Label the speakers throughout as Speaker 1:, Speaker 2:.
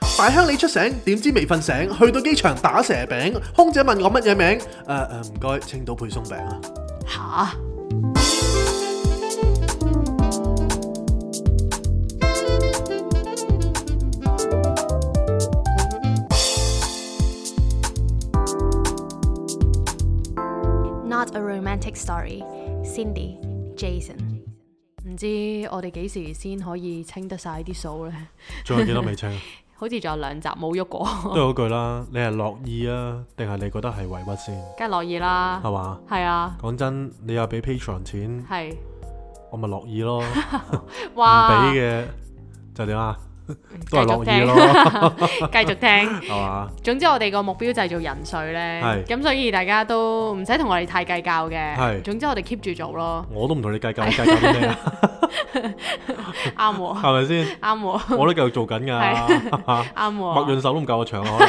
Speaker 1: 飯香你出醒，點知未瞓醒，去到機場打蛇餅，空姐問我乜嘢名？誒誒，唔該，青島配鬆餅 啊！
Speaker 2: 吓？Not a romantic story. Cindy, Jason。
Speaker 3: 唔知我哋幾時先可以清得晒啲數呢？
Speaker 1: 仲有幾多未清？
Speaker 3: 好似仲有兩集冇喐過，
Speaker 1: 都係嗰句啦，你係樂意啊，定係你覺得係委屈先？
Speaker 3: 梗係樂意啦，
Speaker 1: 係嘛？
Speaker 3: 係啊，
Speaker 1: 講真，你又俾 Patreon 錢，
Speaker 3: 係，
Speaker 1: 我咪樂意 咯。唔
Speaker 3: 哇，
Speaker 1: 俾嘅就點 啊？
Speaker 3: 繼
Speaker 1: 都係
Speaker 3: 續
Speaker 1: 樂意
Speaker 3: 聽，
Speaker 1: 咯，
Speaker 3: 繼續聽。
Speaker 1: 係嘛？
Speaker 3: 總之我哋個目標就係做人瑞呢
Speaker 1: 係，
Speaker 3: 咁所以大家都唔使同我哋太計較
Speaker 1: 係
Speaker 3: 嘅。總之我哋 keep 住 做咯，
Speaker 1: 我都唔同你計較，你計較啲咩 啊？
Speaker 3: 啱喎，
Speaker 1: 係咪先？
Speaker 3: 啱喎，
Speaker 1: 我都繼續做緊㗎。
Speaker 3: 啱
Speaker 1: 麥
Speaker 3: 喎。
Speaker 1: 潤手都唔夠我長啊，可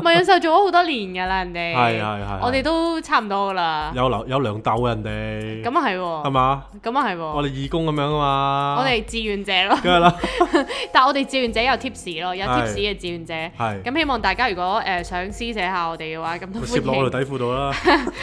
Speaker 1: 能
Speaker 3: 麥潤秀做咗好多年㗎啦，人哋
Speaker 1: 係係係
Speaker 3: 我哋都差唔多㗎啦。
Speaker 1: 有留有糧鬥啊人哋，
Speaker 3: 咁啊係
Speaker 1: 係
Speaker 3: 喎，
Speaker 1: 嘛？
Speaker 3: 咁啊係喎
Speaker 1: 哦我。哋義工咁樣啊嘛，
Speaker 3: 我哋志願者 咯，
Speaker 1: 梗係 啦，
Speaker 3: 但我哋志願者有 tips 咯，有
Speaker 1: 係
Speaker 3: tips 嘅志願者。
Speaker 1: 係
Speaker 3: 咁希望大家如果誒、呃想施捨下我哋嘅話，咁都歡
Speaker 1: 攝落我
Speaker 3: 迎。
Speaker 1: 條底褲度啦，
Speaker 3: 係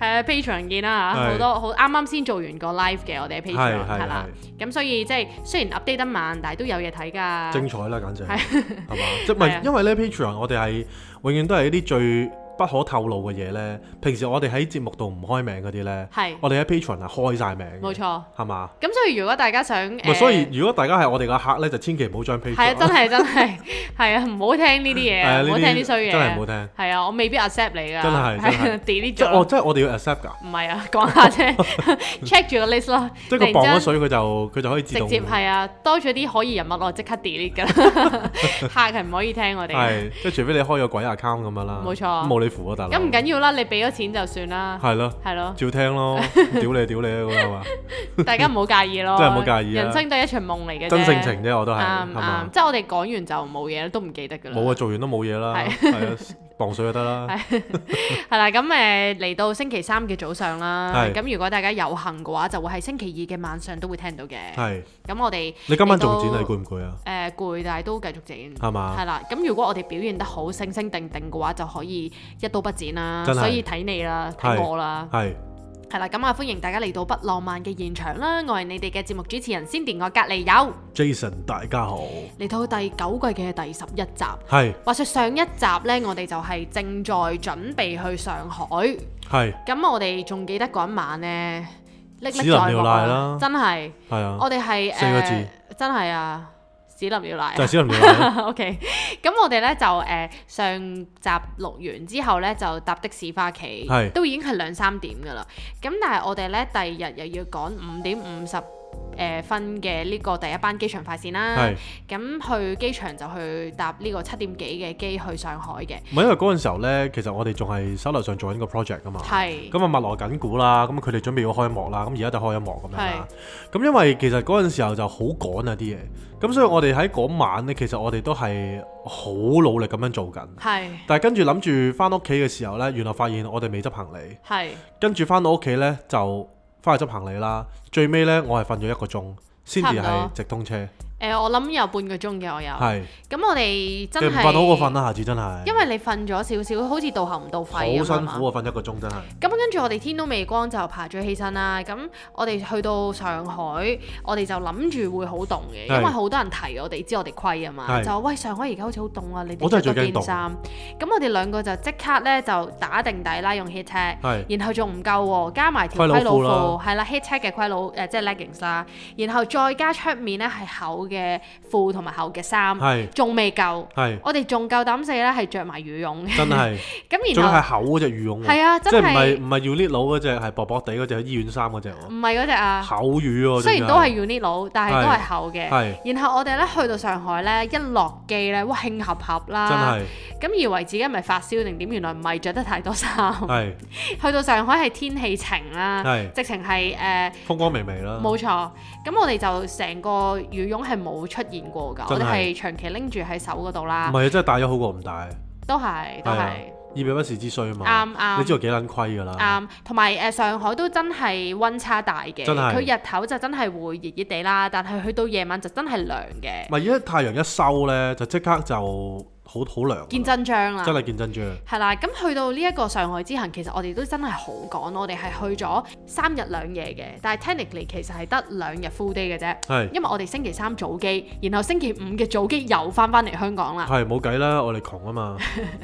Speaker 3: 啊，Patreon 見啦嚇，
Speaker 1: 係
Speaker 3: 好多好啱啱先做完個 live 嘅我哋嘅 Patreon
Speaker 1: 係
Speaker 3: 係啦。咁所以即係雖然 update 得慢，但係都有嘢睇
Speaker 1: 精
Speaker 3: 㗎。
Speaker 1: 彩啦，簡直係
Speaker 3: 係
Speaker 1: 嘛？即係唔
Speaker 3: 係啊
Speaker 1: 係因為咧 Patreon 我哋係永遠都係一啲最不可透露嘅嘢咧，平時我哋喺節目度唔開名嗰啲咧，
Speaker 3: 係
Speaker 1: 我哋喺 Patreon 係開晒名嘅，
Speaker 3: 冇錯。
Speaker 1: 係嘛？
Speaker 3: 咁所以如果大家想誒，
Speaker 1: 咪所以如果大家係我哋嘅客咧，就千祈唔好將 Patreon
Speaker 3: 係啊，真係真係係啊，唔好聽呢啲 嘢
Speaker 1: 係啊
Speaker 3: 啊，
Speaker 1: 呢
Speaker 3: 唔好聽啲衰嘢。
Speaker 1: 真係唔好聽。
Speaker 3: 係啊，我未必 accept 你
Speaker 1: 真係
Speaker 3: 㗎。
Speaker 1: 真係
Speaker 3: 係啊 delete
Speaker 1: 即係我
Speaker 3: 咗。
Speaker 1: 即係我哋要 accept 㗎，
Speaker 3: 唔係啊，講 下啫 ，check 住個 list 咯。
Speaker 1: 即係佢
Speaker 3: 突然
Speaker 1: 磅
Speaker 3: 間
Speaker 1: 咗水佢就佢就可以自
Speaker 3: 直
Speaker 1: 動
Speaker 3: 接係啊，多咗啲可疑人物，我即刻 delete 㗎啦， 客係唔可以聽我哋嘅。
Speaker 1: 係即係除非你開個鬼 account 咁樣啦，
Speaker 3: 冇錯
Speaker 1: 咁冇你符啊大佬，
Speaker 3: 咁唔緊要啦，你俾咗錢就算啦，
Speaker 1: 係咯。
Speaker 3: 係咯，
Speaker 1: 照聽 咯，屌你屌你啊咁係嘛？
Speaker 3: 大家唔好介意 咯，
Speaker 1: 真係唔好介意啊
Speaker 3: 人生都係一場夢嚟嘅啫
Speaker 1: 真性情啫，我都係
Speaker 3: 啱
Speaker 1: 係
Speaker 3: 啱，
Speaker 1: 嘛？
Speaker 3: 即係我哋講完就冇嘢啦，都唔記得㗎啦。
Speaker 1: 冇啊，做完都冇嘢啦，係啊，磅水就得啦，
Speaker 3: 係啦，咁誒嚟到星期三嘅早上啦
Speaker 1: 係，
Speaker 3: 咁如果大家有幸嘅話，就會喺星期二嘅晚上都會聽到嘅。
Speaker 1: 係。
Speaker 3: 咁我哋
Speaker 1: 你今晚仲
Speaker 3: 嚟
Speaker 1: 剪
Speaker 3: 到
Speaker 1: 你攰唔攰啊？
Speaker 3: 誒攰，但係都繼續剪。
Speaker 1: 係嘛
Speaker 3: 係？啦，咁如果我哋表現得好，星星定定嘅話，就可以一刀不剪啦。
Speaker 1: 真係
Speaker 3: 所以睇你啦，睇我啦，
Speaker 1: 係
Speaker 3: 係啦。咁啊，歡迎大家嚟到不浪漫嘅現場啦。我係你哋嘅節目主持人 Cindy，我隔離有
Speaker 1: Jason，大家好，
Speaker 3: 嚟到第九季嘅第十一集。
Speaker 1: 係
Speaker 3: 話說上一集呢，我哋就係正在準備去上海。
Speaker 1: 係
Speaker 3: 咁我哋仲記得嗰一晚呢，歷歷
Speaker 1: 屎淋
Speaker 3: 在目
Speaker 1: 尿瀨啦
Speaker 3: 啊！真係，
Speaker 1: 係啊，
Speaker 3: 我哋係
Speaker 1: 四個
Speaker 3: 誒
Speaker 1: 字
Speaker 3: 真係啊，屎淋尿瀨
Speaker 1: 就。係小人啊尿瀨 啦
Speaker 3: OK，咁我哋咧就誒、呃上集錄完之後咧就搭的士翻屋企
Speaker 1: 係，
Speaker 3: 都已經係兩三點噶啦。咁但係我哋咧第二日又要趕五點五十誒分嘅呢個第一班機場快線啦
Speaker 1: 係。，
Speaker 3: 咁去機場就去搭呢個七點幾嘅機去上海嘅，
Speaker 1: 唔係因為嗰陣時候咧，其實我哋仲係手頭上做緊個 project 噶嘛。
Speaker 3: 係
Speaker 1: 咁啊，密鑼緊鼓啦，咁佢哋準備要開幕啦，咁而家就開咗幕咁樣啦
Speaker 3: 係。
Speaker 1: 咁因為其實嗰陣時候就好趕啊啲嘢，咁所以我哋喺嗰晚呢，其實我哋都係好努力咁樣做緊。
Speaker 3: 係
Speaker 1: 但係跟住諗住翻屋企嘅時候呢，原來發現我哋未執行李，
Speaker 3: 係
Speaker 1: 跟住翻到屋企呢，就翻去執行李啦。最尾呢，我係瞓咗一個鐘，先至
Speaker 3: 差唔
Speaker 1: 係
Speaker 3: 多
Speaker 1: 直通車，
Speaker 3: 誒，我諗有半個鐘嘅我有，
Speaker 1: 係
Speaker 3: 咁我哋
Speaker 1: 即
Speaker 3: 真
Speaker 1: 係唔
Speaker 3: 係
Speaker 1: 瞓好過瞓啊啦，下次真係，
Speaker 3: 因為你瞓咗少少，好似到喉唔到
Speaker 1: 好
Speaker 3: 肺咁啊
Speaker 1: 辛
Speaker 3: 嘛
Speaker 1: 苦啊，瞓一個鐘真係，
Speaker 3: 咁跟住我哋天都未光就爬咗起身啦。咁我哋去到上海，我哋就諗住會好凍嘅，
Speaker 1: 係
Speaker 3: 因為好多人提我哋知我哋虧啊嘛，
Speaker 1: 係
Speaker 3: 就話喂上海而家好似好凍啊，你
Speaker 1: 我
Speaker 3: 哋
Speaker 1: 真係
Speaker 3: 着多
Speaker 1: 最驚
Speaker 3: 件衫。咁我哋兩個就即刻咧就打定底啦，用 heat tech。
Speaker 1: 係
Speaker 3: 然後仲唔夠喎，加埋條
Speaker 1: 龜佬
Speaker 3: 龜佬
Speaker 1: 褲啦
Speaker 3: 褲，係啦，heat tech 嘅龜佬誒、即係 leggings 啦，然後再加出面咧係厚嘅褲同埋厚嘅衫，
Speaker 1: 係
Speaker 3: 仲未夠，
Speaker 1: 係
Speaker 3: 我哋仲夠膽死咧係着埋羽絨嘅，
Speaker 1: 真係，
Speaker 3: 咁
Speaker 1: 仲要
Speaker 3: 然
Speaker 1: 係
Speaker 3: 後
Speaker 1: 厚嗰只羽絨喎，
Speaker 3: 係啊，
Speaker 1: 即係
Speaker 3: 真
Speaker 1: 唔係
Speaker 3: 係
Speaker 1: 唔係 unit 佬嗰只，係薄薄地嗰只醫院衫嗰只喎，
Speaker 3: 唔係嗰只啊。
Speaker 1: 厚羽喎，
Speaker 3: 雖
Speaker 1: 仲
Speaker 3: 然
Speaker 1: 要
Speaker 3: 都係 unit 佬，但係都係厚嘅。
Speaker 1: 係
Speaker 3: 然後我哋咧去到上海咧，一落機咧，哇興合合
Speaker 1: 真
Speaker 3: 啦，
Speaker 1: 係
Speaker 3: 咁以為自己係咪發燒定點？原來唔係着得太多衫。
Speaker 1: 係
Speaker 3: 去到上海係天氣晴啦，
Speaker 1: 係嗯
Speaker 3: 直情係誒
Speaker 1: 風光明媚啦，
Speaker 3: 冇錯。咁我哋就成個羽絨係冇出現過㗎，
Speaker 1: 真
Speaker 3: 我
Speaker 1: 係
Speaker 3: 哋係長期拎住喺手嗰度
Speaker 1: 唔
Speaker 3: 啦，
Speaker 1: 係真係戴咗好過唔戴，
Speaker 3: 都係都
Speaker 1: 係啊
Speaker 3: 係
Speaker 1: 以備不時之需啊嘛。
Speaker 3: 啱啱
Speaker 1: 你知道幾撚虧㗎啦。
Speaker 3: 啱，嗯同埋誒上海都真係温差大嘅，
Speaker 1: 啊真係
Speaker 3: 佢日頭就真係會熱熱地啦，但係去到夜晚就真係涼嘅，
Speaker 1: 咪而家太陽一收呢，就即刻就好好涼。
Speaker 3: 見真啊章啦。
Speaker 1: 真係見真章。
Speaker 3: 係啦，咁去到呢一個上海之行，其實我哋都真係好趕，我哋係去咗三日兩夜嘅，但係 technically 其實係得兩日 full day 嘅啫，
Speaker 1: 係
Speaker 3: 因為我哋星期三早機，然後星期五嘅早機又翻翻嚟香港啦。
Speaker 1: 係冇計啦，我哋窮啊 嘛，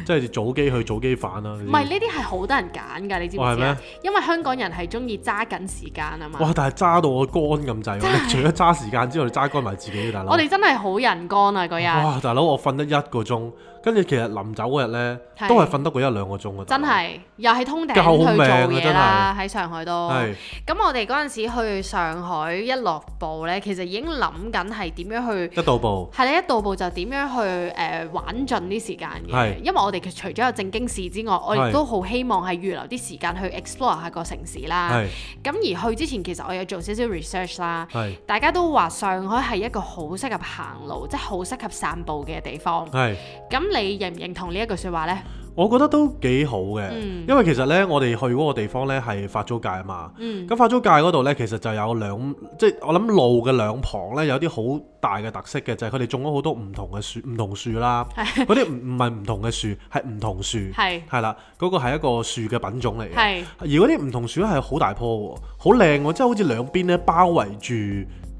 Speaker 1: 即係早機去早機返啦。
Speaker 3: 唔
Speaker 1: 唔
Speaker 3: 係呢啲係好多人揀㗎，你知唔
Speaker 1: 哦哇係
Speaker 3: 知啊
Speaker 1: 咩？
Speaker 3: 因為香港人係中意揸緊時間啊嘛。
Speaker 1: 哇！但係揸到我乾咁滯喎，你除咗揸時間之外，你揸乾埋自己嘅大佬。
Speaker 3: 我哋真係好人乾啊嗰日，
Speaker 1: 哇！大佬，我瞓得一個鐘，跟住其實臨走嗰日呢，
Speaker 3: 係
Speaker 1: 都係瞓得嗰一兩個鐘啊。
Speaker 3: 真係又係通頂
Speaker 1: 救命
Speaker 3: 去做
Speaker 1: 啊
Speaker 3: 嘢
Speaker 1: 真係
Speaker 3: 啦，喺上海都。
Speaker 1: 係
Speaker 3: 咁我哋嗰陣時去上海一落步呢，其實已經諗緊係點樣去。
Speaker 1: 一到步
Speaker 3: 係啦，一到步就點樣去誒、呃玩盡啲時間嘅
Speaker 1: 係，
Speaker 3: 因為我哋其實除咗有正經事之外，我哋
Speaker 1: 係
Speaker 3: 都好希望係預留啲時間去 explore 下個城市啦。
Speaker 1: 係
Speaker 3: 咁而去之前其實我有做少少 research 啦，
Speaker 1: 係
Speaker 3: 大家都話上海係一個好適合行路，即係好適合散步嘅地方。
Speaker 1: 係。
Speaker 3: 咁你認唔認同呢一句説話呢？
Speaker 1: 我覺得都幾好嘅，
Speaker 3: 嗯
Speaker 1: 因為其實呢，我哋去嗰個地方呢係法租界啊嘛。
Speaker 3: 嗯
Speaker 1: 咁法租界嗰度呢，其實就有兩，即係我諗路嘅兩旁呢，有啲好大嘅特色嘅，就係佢哋種咗好多唔同嘅樹，唔同樹啦。嗰啲唔唔係唔同嘅樹，係唔同樹。
Speaker 3: 係
Speaker 1: 係啦，嗰、個係一個樹嘅品種嚟嘅。
Speaker 3: 係
Speaker 1: 而嗰啲唔同樹咧係好大棵喎，好靚喎，即係好似兩邊咧包圍住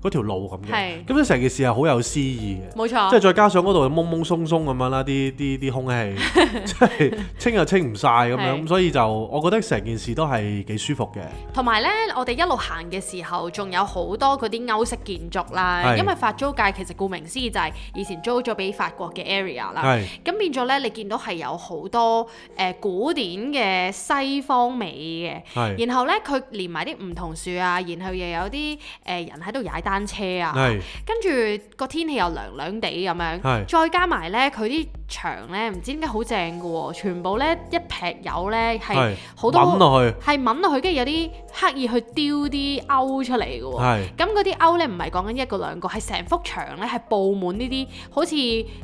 Speaker 1: 嗰條路咁嘅。
Speaker 3: 係
Speaker 1: 咁所以成件事係好有詩意嘅。
Speaker 3: 冇錯，
Speaker 1: 即係再加上嗰度懵懵鬆鬆咁樣啦，啲啲啲空氣， 即係清又清唔晒咁樣，
Speaker 3: 係
Speaker 1: 咁所以就我覺得成件事都係幾舒服嘅。
Speaker 3: 同埋呢，我哋一路行嘅時候，仲有好多嗰啲歐式建築啦。
Speaker 1: 係
Speaker 3: 因為法租界其實顧名思義就係以前租咗俾法國嘅 area 啦。
Speaker 1: 係
Speaker 3: 咁變咗呢，你見到係有好多誒、呃古典嘅西方美嘅，
Speaker 1: 係
Speaker 3: 然後呢，佢連埋啲唔同樹啊，然後又有啲誒、呃人喺度踩單車啊，
Speaker 1: 係
Speaker 3: 跟住個天氣又涼涼地咁樣，
Speaker 1: 係
Speaker 3: 再加埋呢，佢啲牆呢，唔知點解好正嘅喎，全部呢，一劈油呢，係
Speaker 1: 係啊
Speaker 3: 好多
Speaker 1: 抌落去，
Speaker 3: 係抿落去，跟住有啲刻意去雕啲勾出嚟嘅喎。
Speaker 1: 係
Speaker 3: 咁嗰啲勾咧唔係講緊一個兩個，係成幅牆咧係佈滿呢啲好似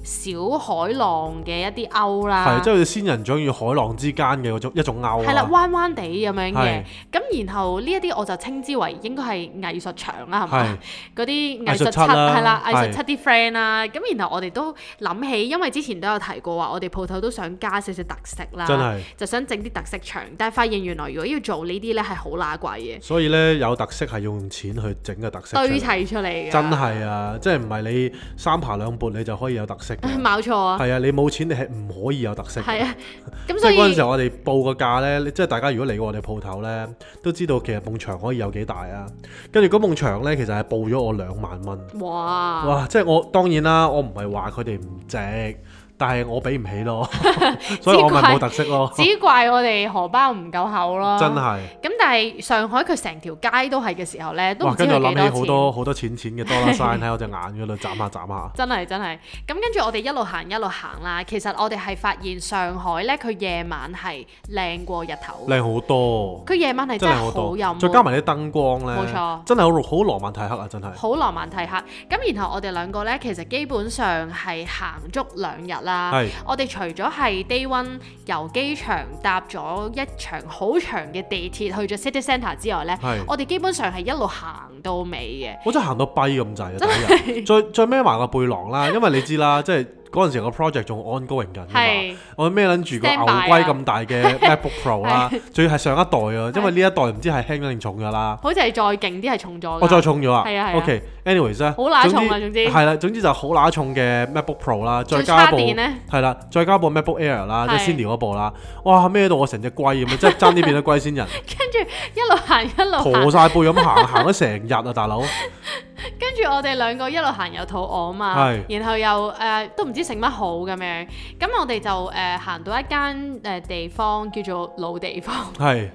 Speaker 3: 小海浪嘅一啲勾啦
Speaker 1: 係，即係好似仙人掌與海浪之間嘅嗰種一種勾
Speaker 3: 啊係啦
Speaker 1: 啊，
Speaker 3: 彎彎地咁樣嘅
Speaker 1: 係。
Speaker 3: 咁然後呢一啲我就稱之為應該係藝術牆啦，係嘛
Speaker 1: 係？
Speaker 3: 嗰啲藝
Speaker 1: 藝術
Speaker 3: 術七
Speaker 1: 七啦
Speaker 3: 係啦，藝
Speaker 1: 係
Speaker 3: 術七啲 friend 啦。咁然後我哋都諗起，因為之前都有提過話，我哋鋪頭都想加少少特色啦，
Speaker 1: 真係。
Speaker 3: 就想整啲特色牆，但係發現原來如果要做呢啲咧係好乸貴嘅。
Speaker 1: 所以呢，有特色係用錢去整嘅特色出嚟，
Speaker 3: 堆砌出嚟嘅，
Speaker 1: 真係啊！即係唔係你三爬兩撥你就可以有特色嘅？
Speaker 3: 冇錯啊，
Speaker 1: 係啊，你冇錢你係唔可以有特色嘅。
Speaker 3: 係啊，咁
Speaker 1: 即
Speaker 3: 所
Speaker 1: 係嗰陣
Speaker 3: 以
Speaker 1: 時候，我哋報個價呢，即係大家如果嚟過我哋鋪頭呢，都知道其實埲牆可以有幾大啊。跟住嗰埲牆呢，其實係報咗我兩萬蚊。
Speaker 3: 哇，
Speaker 1: 哇！即係我當然啦，我唔係話佢哋唔值，但係我俾唔起 咯，所以
Speaker 3: 只
Speaker 1: 我咪
Speaker 3: 怪
Speaker 1: 冇特色咯。
Speaker 3: 只怪我哋荷包唔夠厚咯，
Speaker 1: 真。係
Speaker 3: 咁但係上海佢成條街都係嘅時候咧，都唔
Speaker 1: 哇！
Speaker 3: 知
Speaker 1: 跟住我
Speaker 3: 佢幾
Speaker 1: 諗起好
Speaker 3: 多
Speaker 1: 多好多錢錢嘅多啦 sign 喺我隻眼嗰度眨下眨下。
Speaker 3: 錢，真係真係。咁跟住我哋一路行一路行啦，其實我哋係發現上海咧，佢夜晚係靚過日頭，
Speaker 1: 靚好多，
Speaker 3: 佢夜晚係真
Speaker 1: 真係
Speaker 3: 係
Speaker 1: 好多，
Speaker 3: 好有 mood
Speaker 1: 再加埋啲燈光
Speaker 3: 冇錯
Speaker 1: 呢，真係好好羅曼蒂克啊！真係
Speaker 3: 好羅曼蒂克。咁然後我哋兩個呢，其實基本上係行足兩日啦
Speaker 1: 係。
Speaker 3: 我哋除咗係 day one 由機場搭咗一場好長嘅地鐵去咗 city centre 之外呢，
Speaker 1: 係
Speaker 3: 我哋基本上係一路行到尾
Speaker 1: 我真係行到跛咁滯啊！第一日，再再孭埋個背囊 啦，因為你知啦，即係嗰陣時個 project 仲 ongoing 緊㗎
Speaker 3: 嘅。
Speaker 1: 嘛。
Speaker 3: 係
Speaker 1: 我孭撚住個
Speaker 3: Standby
Speaker 1: 牛
Speaker 3: 啊
Speaker 1: 龜咁大 嘅 MacBook Pro 啦，仲要係上一代啊，因為呢一代唔知係輕咗定重㗎啦。
Speaker 3: 好似係再勁啲係重咗㗎。
Speaker 1: 我再重咗啊
Speaker 3: 係啊係啊
Speaker 1: ！OK，anyways 咧，
Speaker 3: 好乸重啊總之
Speaker 1: 係啦，總之就好乸重嘅 MacBook Pro 啦，再
Speaker 3: 仲
Speaker 1: 加部
Speaker 3: 插電呢
Speaker 1: 係啦，再加部 MacBook Air 啦，即係
Speaker 3: 係
Speaker 1: Cindy 嗰部啦，哇孭到我成隻龜咁啊樣，即係爭啲變咗龜 仙人，
Speaker 3: 跟住一路行一路
Speaker 1: 駝
Speaker 3: 行，
Speaker 1: 晒背咁行，行咗成日啊，大佬
Speaker 3: 跟住我哋兩個一路行又肚餓啊嘛，
Speaker 1: 係
Speaker 3: 然後又誒、呃都唔知食乜好咁樣。咁我哋就誒行、到一間誒、呃地方叫做老地方。
Speaker 1: 係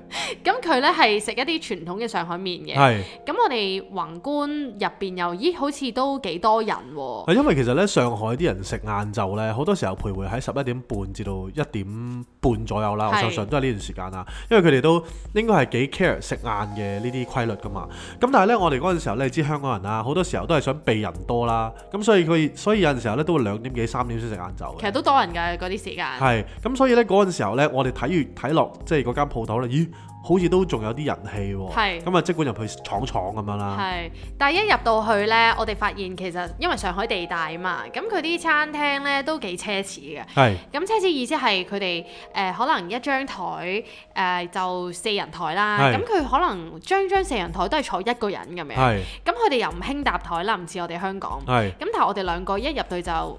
Speaker 3: 咁佢咧係食一啲傳統嘅上海麵嘅。
Speaker 1: 係。
Speaker 3: 咁我哋宏觀入邊又，咦，好似都幾多人喎、
Speaker 1: 啊，因為其實咧，上海啲人食晏晝咧，好多時候徘徊喺十一點半至到一點半左右啦。我
Speaker 3: 係
Speaker 1: 相信都係呢段時間啦，啊因為佢哋都應該係幾 care 食晏嘅呢啲規律噶嘛。咁但係咧，我哋嗰陣時候咧，你知香港人啦，好多時候都係想避人多啦，咁所以佢所以有陣時候咧都會兩點幾三點先食晏晝
Speaker 3: 其
Speaker 1: 嘅
Speaker 3: 實。都多人㗎嗰啲時間。
Speaker 1: 係，咁所以咧嗰陣時候咧，我哋睇完睇落即係嗰間鋪頭咧，咦，好似都仲有啲人氣喎。
Speaker 3: 係
Speaker 1: 咁啊，即管入去闖闖咁樣啦。
Speaker 3: 係，但係一入到去呢，我哋發現其實因為上海地大嘛，咁佢啲餐廳呢都幾奢侈嘅。
Speaker 1: 係
Speaker 3: 咁奢侈意思係佢哋誒可能一張台誒、呃就四人台啦，
Speaker 1: 係
Speaker 3: 咁佢可能張張四人台都係坐一個人咁樣，
Speaker 1: 係
Speaker 3: 咁佢哋又唔興搭台啦，唔似我哋香港。
Speaker 1: 係
Speaker 3: 咁但係我哋兩個一入去就誒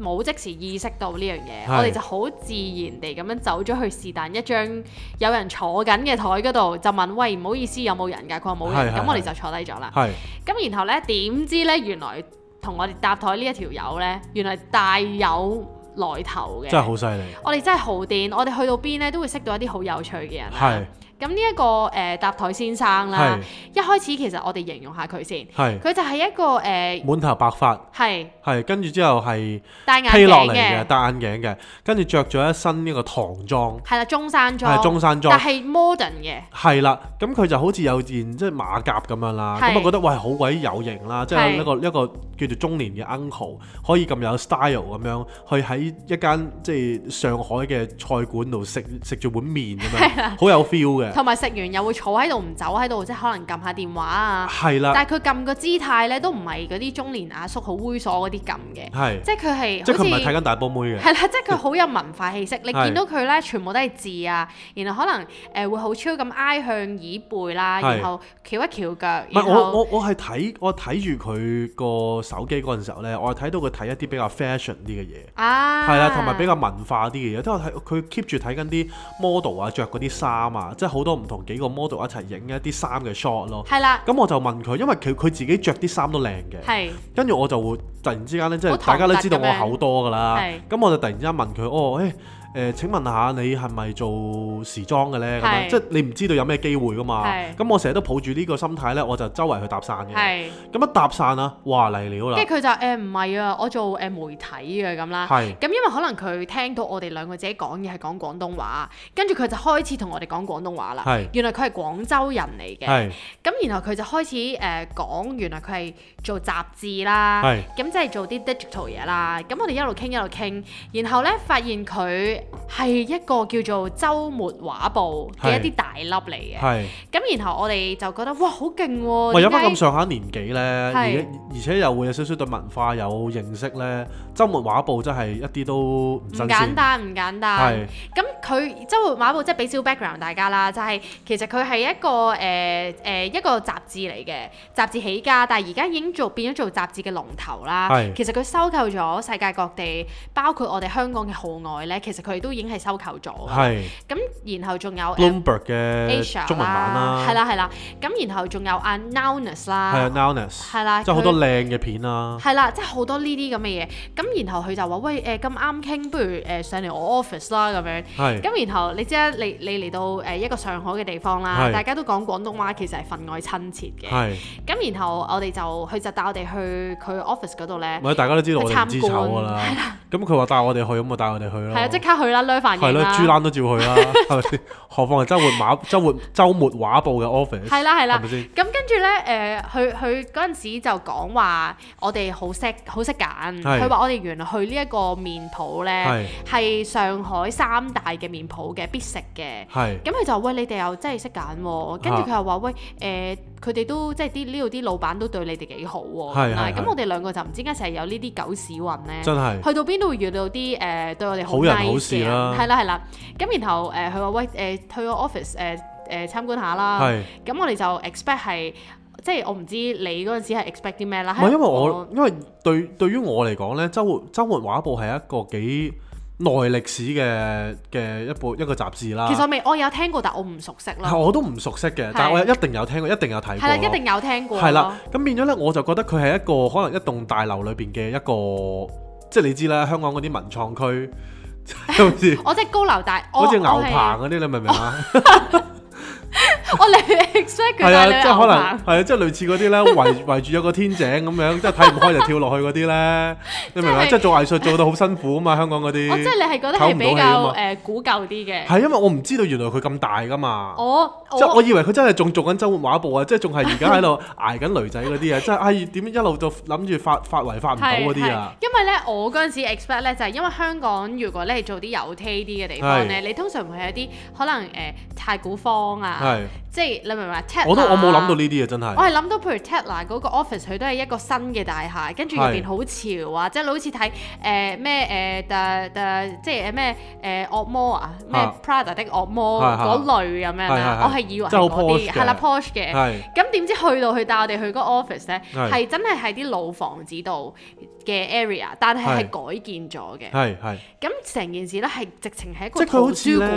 Speaker 3: 冇、即時意識到呢樣嘢，
Speaker 1: 係
Speaker 3: 我哋就好自然地咁樣走咗去是但一張有人坐緊嘅台嗰度，就問喂唔好意思有冇人㗎？佢話冇人，
Speaker 1: 係係
Speaker 3: 咁我
Speaker 1: 係
Speaker 3: 哋就坐低咗啦。
Speaker 1: 係
Speaker 3: 咁然後呢，點知呢？原來同我哋搭台呢一條友呢，原來大有來頭嘅。
Speaker 1: 真係好犀利。
Speaker 3: 我哋真係好癲，我哋去到邊呢，都會識到一啲好有趣嘅人啦
Speaker 1: 係。
Speaker 3: 咁呢一個誒、呃搭台先生啦
Speaker 1: 係，
Speaker 3: 一開始其實我哋形容下佢先，
Speaker 1: 係
Speaker 3: 佢就係一個誒
Speaker 1: 滿頭白髮，
Speaker 3: 係、
Speaker 1: 係跟住之後係
Speaker 3: 戴眼
Speaker 1: 披落
Speaker 3: 鏡
Speaker 1: 嚟嘅，
Speaker 3: 嘅，
Speaker 1: 戴眼鏡嘅，跟住着咗一身呢個唐裝，
Speaker 3: 係啦中山裝，
Speaker 1: 係中山裝
Speaker 3: 但。係 modern 嘅，
Speaker 1: 係啦，咁佢就好似有件即係馬甲咁樣啦，
Speaker 3: 係
Speaker 1: 咁我覺得喂好鬼有型啦，即
Speaker 3: 係
Speaker 1: 係一個一個叫做中年嘅 uncle 可以咁有 style 咁樣，去喺一間即係上海嘅菜館度食食住碗面咁樣，好有 feel 嘅。
Speaker 3: 同埋食完又會坐喺度唔走喺度，即係可能撳下電話啊。
Speaker 1: 係啦，
Speaker 3: 但係佢撳個姿態呢，都唔係嗰啲中年阿叔好猥瑣嗰啲撳嘅，
Speaker 1: 係
Speaker 3: 即係佢係
Speaker 1: 即係佢
Speaker 3: 好
Speaker 1: 唔
Speaker 3: 似
Speaker 1: 係睇緊大波妹嘅，
Speaker 3: 係啦，即係佢好有文化氣息。你
Speaker 1: 係
Speaker 3: 見到佢咧，全部都係字啊，然後可能誒、呃、會好超咁挨向椅背
Speaker 1: 係
Speaker 3: 啦，然後翹一翹腳，
Speaker 1: 唔係
Speaker 3: 然
Speaker 1: 我
Speaker 3: 後
Speaker 1: 我我係睇我睇住佢個手機嗰陣時候咧，我係睇到佢睇一啲比較 fashion 啲嘅嘢。
Speaker 3: 啊，
Speaker 1: 係啦，同埋比較文化啲嘅嘢，都有睇佢 keep 住睇緊啲 model 啊，着嗰啲衫啊，即係好多唔同幾個 model 一齊影一啲衫嘅 shot 咯。
Speaker 3: 係啦，
Speaker 1: 咁我就問佢，因為佢佢自己着啲衫都靚嘅，
Speaker 3: 係
Speaker 1: 跟住我就會突然之間咧，即
Speaker 3: 好
Speaker 1: 係
Speaker 3: 唐
Speaker 1: 大家都知道
Speaker 3: 突咁
Speaker 1: 我
Speaker 3: 樣
Speaker 1: 口多㗎啦
Speaker 3: 係，
Speaker 1: 咁我就突然之間問佢，哦，誒、誒，請問下你係咪做時裝嘅咧？咁
Speaker 3: 係
Speaker 1: 樣即係你唔知道有咩機會㗎嘛
Speaker 3: 係。
Speaker 1: 咁我成日都抱住呢個心態咧，我就周圍去搭訕嘅。
Speaker 3: 係，
Speaker 1: 咁一搭訕啊，哇嚟料啦
Speaker 3: 跟，住佢就誒唔係啊，我做誒、呃媒體嘅咁啦。
Speaker 1: 係
Speaker 3: 咁因為可能佢聽到我哋兩個自己講嘢係講廣東話，跟住佢就開始同我哋講廣東話啦
Speaker 1: 係。
Speaker 3: 原來佢係廣州人嚟嘅。
Speaker 1: 係
Speaker 3: 咁然後佢就開始誒、呃、講，原來佢係做雜誌啦，
Speaker 1: 係
Speaker 3: 咁即係做啲 digital 嘢啦。咁我哋一路傾一路傾，然後呢，發現佢係一個叫做週末畫報嘅
Speaker 1: 係
Speaker 3: 一啲大粒嚟嘅。
Speaker 1: 係。
Speaker 3: 咁然後我哋就覺得哇，好勁喎！
Speaker 1: 喂，有
Speaker 3: 點
Speaker 1: 翻
Speaker 3: 解
Speaker 1: 咁上下年紀咧，而
Speaker 3: 係
Speaker 1: 且而且又會有少少對文化有認識咧，週末畫報真係一啲都唔
Speaker 3: 唔
Speaker 1: 新
Speaker 3: 簡
Speaker 1: 鮮，
Speaker 3: 單，唔簡單
Speaker 1: 係。
Speaker 3: 咁佢周末馬報即係俾少 background 大家啦，就係、其實佢係一個誒誒、呃呃一個雜誌嚟嘅，雜誌起家，但係而家已經做變咗做雜誌嘅龍頭啦
Speaker 1: 係。
Speaker 3: 其實佢收購咗世界各地，包括我哋香港嘅號外咧，其實佢都已經係收購咗㗎。
Speaker 1: 係
Speaker 3: 咁然後仲有呃
Speaker 1: Bloomberg 嘅
Speaker 3: Asia
Speaker 1: 中文版啦，
Speaker 3: 係啦係啦。咁然後仲有 a n o w n e s
Speaker 1: 係啊
Speaker 3: 啦，
Speaker 1: ，Nowness，
Speaker 3: 係啦，
Speaker 1: 即係好
Speaker 3: 佢
Speaker 1: 多靚嘅片啊啦，
Speaker 3: 係啦，即係好多呢啲咁嘅嘢。咁然後佢就話：喂誒咁啱傾，不如誒、呃上嚟我 office 啦咁樣。
Speaker 1: 係
Speaker 3: 咁然後你知啦，你你嚟到誒一個上海嘅地方啦，
Speaker 1: 係
Speaker 3: 大家都講廣東話，其實係分外親切嘅。
Speaker 1: 係，
Speaker 3: 咁然後我哋就佢就帶我哋去佢 office 嗰度咧，
Speaker 1: 咪大家都知道我哋唔知
Speaker 3: 去參
Speaker 1: 醜
Speaker 3: 觀
Speaker 1: 㗎啦，咁佢話帶我哋去，咁咪帶我哋去咯，
Speaker 3: 係啊啊，即刻去啦，掠
Speaker 1: 係
Speaker 3: 飯嘢
Speaker 1: 咯，
Speaker 3: 啦，
Speaker 1: 豬欄都照 去啦，係咪先？何況係週末畫週末週末畫報嘅 office，
Speaker 3: 係啦係啦
Speaker 1: 係咪先？
Speaker 3: 咁跟住咧，誒，佢佢嗰陣時就講話，我哋好識好識揀。
Speaker 1: 係
Speaker 3: 佢話我哋原來去呢一個麵鋪咧
Speaker 1: 係，
Speaker 3: 係上海三大嘅麵鋪嘅必食嘅。
Speaker 1: 係
Speaker 3: 咁佢就話喂，你哋又真係識揀喎，跟
Speaker 1: 啊
Speaker 3: 住佢又話喂，誒、佢哋都即係啲呢度啲老闆都對你哋幾好喎、
Speaker 1: 係
Speaker 3: 咁啦
Speaker 1: 係
Speaker 3: 咁
Speaker 1: 係
Speaker 3: 我哋兩個就唔知點解成日有呢啲狗屎運咧。
Speaker 1: 真係
Speaker 3: 去到邊都會遇到啲誒、對我哋
Speaker 1: 好人
Speaker 3: nice
Speaker 1: 好事
Speaker 3: 嘅人
Speaker 1: 啦
Speaker 3: 係啦係啦。咁然後誒佢話喂誒、去個 office 誒、誒參觀下啦。
Speaker 1: 係。
Speaker 3: 咁我哋就 expect 係，即係我唔知你嗰陣時係 expect 啲咩啦。
Speaker 1: 唔係因為我，因為對對於我嚟講咧，周末周末畫報係一個幾耐歷史嘅嘅一部一個雜誌啦。
Speaker 3: 其實我未，我有聽過，但我唔熟悉
Speaker 1: 係
Speaker 3: 咯。
Speaker 1: 我都唔熟悉嘅，但係我一定有聽過，一定有睇過咯。
Speaker 3: 係啦，一定有聽過咯。
Speaker 1: 係啦，咁變咗咧，我就覺得佢係一個可能一棟大樓裏邊嘅一個，即係你知啦，香港嗰啲文創區， 係咪先？
Speaker 3: 哦我即係高樓大，我
Speaker 1: 好似牛
Speaker 3: 我係
Speaker 1: 棚嗰啲，你明唔明啊？
Speaker 3: 我嚟 expect 佢
Speaker 1: 啊係啊，即
Speaker 3: 帶你去牛
Speaker 1: 係可能
Speaker 3: 棚。
Speaker 1: 係啊，即係類似嗰啲咧， 圍圍住有個天井咁樣，即係睇唔開就跳落去嗰啲咧，你明唔明啊？
Speaker 3: 即係哦
Speaker 1: 即係做藝術做到好辛苦啊嘛，香港嗰啲。
Speaker 3: 我即係你係覺得
Speaker 1: 唞
Speaker 3: 係
Speaker 1: 唔
Speaker 3: 比
Speaker 1: 到氣啊
Speaker 3: 較
Speaker 1: 嘛
Speaker 3: 誒古舊啲嘅。
Speaker 1: 係因為我唔知道原來佢咁大噶嘛。
Speaker 3: 哦我
Speaker 1: 即係我
Speaker 3: 我
Speaker 1: 以為佢真係仲做緊周末畫布啊，即係仲係而家喺度捱緊女仔嗰啲啊，即係唉點一路就諗住發發圍發唔到嗰啲啊。
Speaker 3: 因為咧我嗰陣時 expect 咧就係因為香港如果你係做啲有 T 啲嘅地方咧，你通常會係一啲可能誒太古坊啊，
Speaker 1: 係，
Speaker 3: 即係你明唔明啊？
Speaker 1: 我都我冇諗到
Speaker 3: Tatler
Speaker 1: 呢啲啊，真係
Speaker 3: 我。係諗到，譬如 Tatler 嗰個 office，佢都係一個新嘅大廈，跟住入邊
Speaker 1: 係
Speaker 3: 好潮啊，即係你好似睇誒咩誒誒即係咩誒惡魔啊，咩
Speaker 1: 啊
Speaker 3: Prada 的惡魔
Speaker 1: 係係
Speaker 3: 嗰類咁樣啦。
Speaker 1: 係係係
Speaker 3: 我係以為係
Speaker 1: 真係
Speaker 3: 嗰
Speaker 1: 好
Speaker 3: 啲
Speaker 1: posh 嘅
Speaker 3: 係啦 posh 嘅。
Speaker 1: 係
Speaker 3: 咁點知去到佢帶我哋去嗰個 office 咧，
Speaker 1: 係
Speaker 3: 係真係喺啲老房子度嘅 area，但係係改建咗嘅。
Speaker 1: 係係，
Speaker 3: 咁成件事咧係直情係
Speaker 1: 即
Speaker 3: 一個
Speaker 1: 係佢
Speaker 3: 圖
Speaker 1: 好似
Speaker 3: 書
Speaker 1: 咧，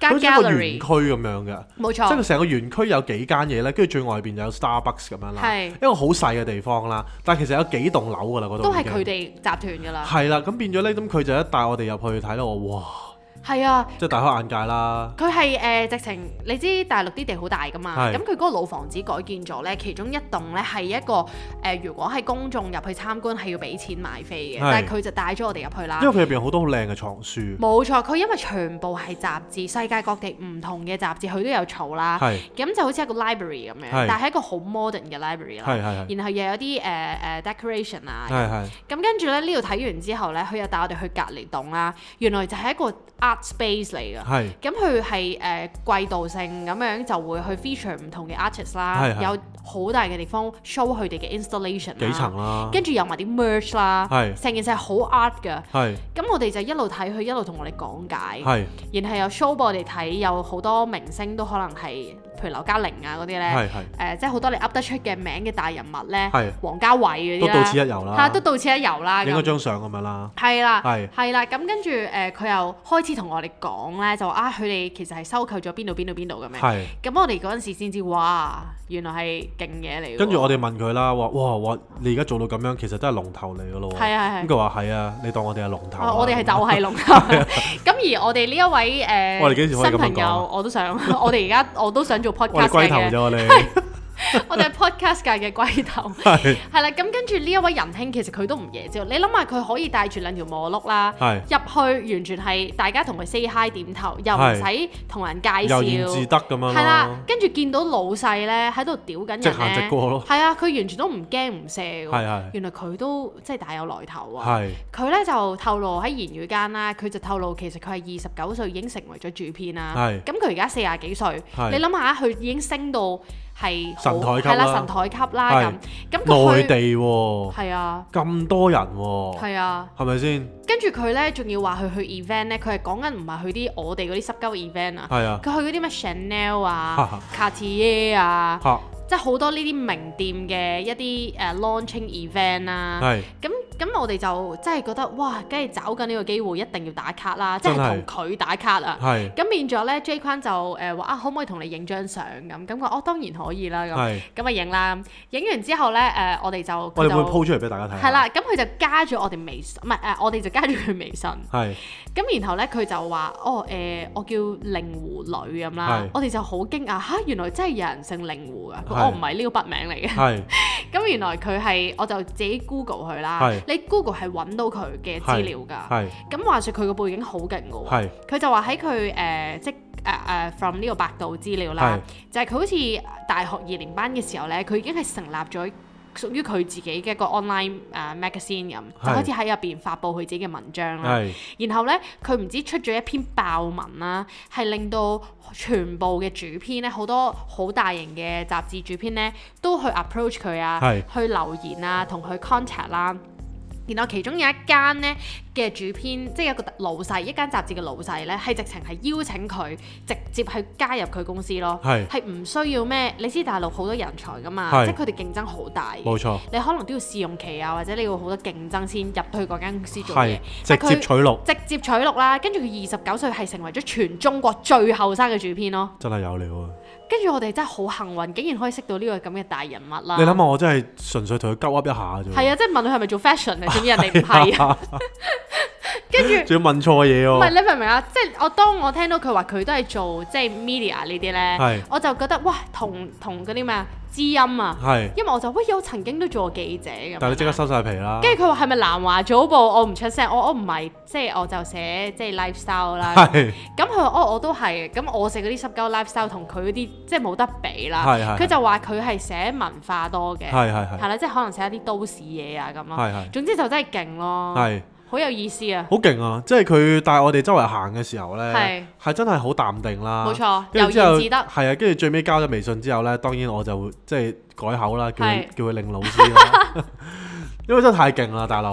Speaker 3: 館
Speaker 1: 佢
Speaker 3: 加
Speaker 1: 好似一個園
Speaker 3: gallery，
Speaker 1: 區咁樣嘅。
Speaker 3: 冇
Speaker 1: 即係
Speaker 3: 錯
Speaker 1: 佢，成個園區有幾間嘢咧，跟住最外邊有 Starbucks 咁樣啦，
Speaker 3: 係
Speaker 1: 一個好細嘅地方啦。但係其實有幾棟樓㗎啦，嗰度
Speaker 3: 都係
Speaker 1: 已經
Speaker 3: 佢哋啊集團㗎啦。
Speaker 1: 係啦。咁變咗咧，咁佢就一帶我哋入去睇到我哇，
Speaker 3: 係啊。
Speaker 1: 即係大開眼界啦。
Speaker 3: 佢係誒直情，你知大陸啲地好大噶嘛？
Speaker 1: 係
Speaker 3: 咁佢嗰個老房子改建咗咧，其中一棟咧係一個誒、呃如果係公眾入去參觀係要俾錢買飛嘅，
Speaker 1: 係
Speaker 3: 但係佢就帶咗我哋入去啦
Speaker 1: 因。為佢入邊好多好靚嘅藏書，
Speaker 3: 啊冇錯，佢因為全部係雜誌，世界各地唔同嘅雜誌佢都有儲啦。
Speaker 1: 係
Speaker 3: 咁就好似一個 library 咁樣，
Speaker 1: 係
Speaker 3: 但係一個好 modern 嘅
Speaker 1: 係
Speaker 3: library 啦。
Speaker 1: 係係
Speaker 3: 然後又有啲誒誒 decoration 啊，
Speaker 1: 係係
Speaker 3: 咁跟住咧呢度睇完之後咧，佢又帶我哋去隔離棟啦，原來就係一個 art space 嚟㗎。
Speaker 1: 係
Speaker 3: 咁佢係誒季度性咁樣就會去 feature 唔同嘅 artist 啦
Speaker 1: 係，係
Speaker 3: 有好大嘅地方 show 佢哋嘅 installation
Speaker 1: 幾層
Speaker 3: 啦，
Speaker 1: 啦，
Speaker 3: 跟住有埋啲 merch 啦，
Speaker 1: 係
Speaker 3: 成件事係好 art 㗎。
Speaker 1: 係
Speaker 3: 咁我哋就一路睇佢一路同我哋講解，
Speaker 1: 係
Speaker 3: 然後又 show 俾我哋睇，有好多明星都可能係譬如劉嘉玲啊嗰啲咧
Speaker 1: 係。係
Speaker 3: 誒、即係好多你噏得出嘅名嘅大人物咧
Speaker 1: 係，
Speaker 3: 王家衛嗰啲
Speaker 1: 都
Speaker 3: 啦，
Speaker 1: 到此一遊啦
Speaker 3: 係啊都到此一遊啦。
Speaker 1: 影
Speaker 3: 咁
Speaker 1: 咗張相咁樣啦，
Speaker 3: 係啦，
Speaker 1: 係
Speaker 3: 係啦，咁跟住誒佢又開始同我哋講咧，就話啊佢哋其實係收購咗邊度邊度邊度咁樣。
Speaker 1: 係。
Speaker 3: 咁我哋嗰陣時先知，哇！原來係勁嘢嚟喎。
Speaker 1: 跟住我哋問佢啦，話哇哇，你而家做到咁樣，其實真係龍頭嚟㗎咯喎。
Speaker 3: 係啊
Speaker 1: 咁
Speaker 3: 係
Speaker 1: 佢話係啊，你當我哋係龍頭啊。
Speaker 3: 啊我哋係就係 龍頭。咁而我哋呢一位誒，
Speaker 1: 我哋幾時可以咁樣
Speaker 3: 新朋
Speaker 1: 講
Speaker 3: 友
Speaker 1: 啊
Speaker 3: 我都想， 我哋而家我都想做
Speaker 1: 我哋
Speaker 3: podcast
Speaker 1: 龜頭
Speaker 3: 界嘅，
Speaker 1: 啫，我哋
Speaker 3: 我哋係 podcast 界嘅龜頭。
Speaker 1: 係
Speaker 3: 係啦，咁跟住呢一位仁兄其實佢都唔夜招，你諗下佢可以帶住兩條磨碌啦。
Speaker 1: 係
Speaker 3: 入去完全係大家同佢 say hi 點頭，又唔
Speaker 1: 係
Speaker 3: 使同人介
Speaker 1: 悠然
Speaker 3: 紹
Speaker 1: 自，得咁樣
Speaker 3: 係啦
Speaker 1: 咯，，
Speaker 3: 跟住見到老細咧喺度屌緊人
Speaker 1: 直行直
Speaker 3: 咧，
Speaker 1: 過咯，
Speaker 3: 係啊，佢完全都唔驚唔卸
Speaker 1: 係
Speaker 3: 喎。
Speaker 1: 係
Speaker 3: 原來佢都即係大有來頭啊！
Speaker 1: 係
Speaker 3: 佢咧就透露喺言語間啦，佢就透露其實佢係二十九歲已經成為咗主編啦。
Speaker 1: 係
Speaker 3: 咁佢而家四廿幾歲，
Speaker 1: 係
Speaker 3: 你諗下佢已經升到係好
Speaker 1: 神台級
Speaker 3: 係啦，
Speaker 1: 啦
Speaker 3: 神台級啦咁
Speaker 1: 係。
Speaker 3: 咁佢
Speaker 1: 內
Speaker 3: 去
Speaker 1: 地哦喎，
Speaker 3: 係啊
Speaker 1: 咁多人喎，
Speaker 3: 係啊，
Speaker 1: 係咪先？
Speaker 3: 跟住佢咧仲要話佢去 event 咧，佢係講緊唔係去啲我哋嗰啲濕鳩 event 啊，
Speaker 1: 係啊，
Speaker 3: 佢去嗰啲咩 Chanel 啊、Cartier 啊。
Speaker 1: 嚇
Speaker 3: 即係好多呢啲名店嘅一啲誒、呃 launching event 啦、
Speaker 1: 係
Speaker 3: 咁咁我哋就真係覺得哇，梗係找緊呢個機會，一定要打卡啦，即係
Speaker 1: 真係
Speaker 3: 同佢打卡啊。
Speaker 1: 係
Speaker 3: 咁變咗咧，J 坤就誒話啊，可唔可以同你影張相咁？咁我哦當然可以啦咁，
Speaker 1: 係，
Speaker 3: 咁咪啊影啦。影完之後咧，誒、我哋就
Speaker 1: 我
Speaker 3: 佢
Speaker 1: 哋會
Speaker 3: 就
Speaker 1: 鋪出嚟俾大家睇。
Speaker 3: 係，啦，咁佢就加咗我哋微信，唔係誒，我哋就加咗佢微信。
Speaker 1: 係
Speaker 3: 咁然後咧，佢就話：哦誒、我叫令狐女咁啦
Speaker 1: 係。
Speaker 3: 我哋就好驚訝嚇、原來真係有人姓令狐啊噶。佢
Speaker 1: 係
Speaker 3: 我唔係呢個筆名嚟嘅。
Speaker 1: 係
Speaker 3: 咁原來佢係我就自己 Google 佢啦
Speaker 1: 係。
Speaker 3: 你 Google 係揾到佢嘅資料㗎。
Speaker 1: 係
Speaker 3: 咁話說佢個背景好啊勁㗎喎。
Speaker 1: 係
Speaker 3: 佢就話喺佢誒即誒誒、呃 from 呢個百度資料啦，就係佢好似大學二年班嘅時候咧，佢已經係成立咗。屬於佢自己嘅一個 online 誒、呃 magazine 咁，就
Speaker 1: 係
Speaker 3: 開始喺入邊發布佢自己嘅文章啦。
Speaker 1: 係
Speaker 3: 然後咧，佢唔知出咗一篇爆文啦，係令到全部嘅主編咧，好多好大型嘅雜誌主編咧，都去 approach 佢啊
Speaker 1: 係，
Speaker 3: 去留言啊，同佢 contact 啦。然後其中有一間咧嘅主編，即係有個老細，一間雜誌嘅老細咧，係直情係邀請佢直接去加入佢公司咯，
Speaker 1: 係
Speaker 3: 係唔需要咩？你知大陸好多人才噶嘛，
Speaker 1: 係
Speaker 3: 即係佢哋競爭好大嘅，
Speaker 1: 冇錯，
Speaker 3: 你可能都要試用期啊，或者你要好多競爭先入到去嗰間公司做嘢啊
Speaker 1: 係。直接取錄，
Speaker 3: 直接取錄啦，跟住佢二十九歲係成為咗全中國最後生嘅主編咯。
Speaker 1: 真係有料啊！
Speaker 3: 跟住我哋真係好幸運，竟然可以識到呢個咁嘅大人物啦。
Speaker 1: 你諗下，我真係純粹同佢鳩噏一下啫。
Speaker 3: 啊
Speaker 1: 啊
Speaker 3: 係啊，即係問佢係咪做 fashion 啊，總之人哋唔係啊。跟住
Speaker 1: 仲要問錯嘢
Speaker 3: 唔係
Speaker 1: 喎，
Speaker 3: 你明唔明啊？即係我當我聽到佢話佢都係做即係 media 呢啲
Speaker 1: 係
Speaker 3: 咧，我就覺得哇，同同嗰啲咩啊知音啊，
Speaker 1: 係，
Speaker 3: 因為我就喂我曾經都做過記者咁樣啦。
Speaker 1: 但係你即刻收晒皮啦，
Speaker 3: 跟住佢話係咪南華早報？我唔出聲，我我唔係即係我就寫即係 lifestyle 啦。
Speaker 1: 係
Speaker 3: 咁佢話哦，我都係，咁我寫嗰啲濕鳩 lifestyle 同佢嗰啲即係冇得比啦
Speaker 1: 係係。
Speaker 3: 佢就話佢係寫文化多嘅，
Speaker 1: 係係係
Speaker 3: 係啦，即係可能寫一啲都市嘢啊咁
Speaker 1: 係
Speaker 3: 咯
Speaker 1: 係。
Speaker 3: 總之就真係勁咯，
Speaker 1: 係。
Speaker 3: 好有意思啊！
Speaker 1: 好勁啊！即係佢帶我哋周圍行嘅時候呢，
Speaker 3: 係
Speaker 1: 係真係好淡定啦。
Speaker 3: 冇錯
Speaker 1: 跟住之後
Speaker 3: 悠然自得
Speaker 1: 係啊，跟住最尾交咗微信之後呢，當然我就會即係改口啦，叫佢
Speaker 3: 係
Speaker 1: 叫佢令老師啦。 因為真係太勁啦，大佬！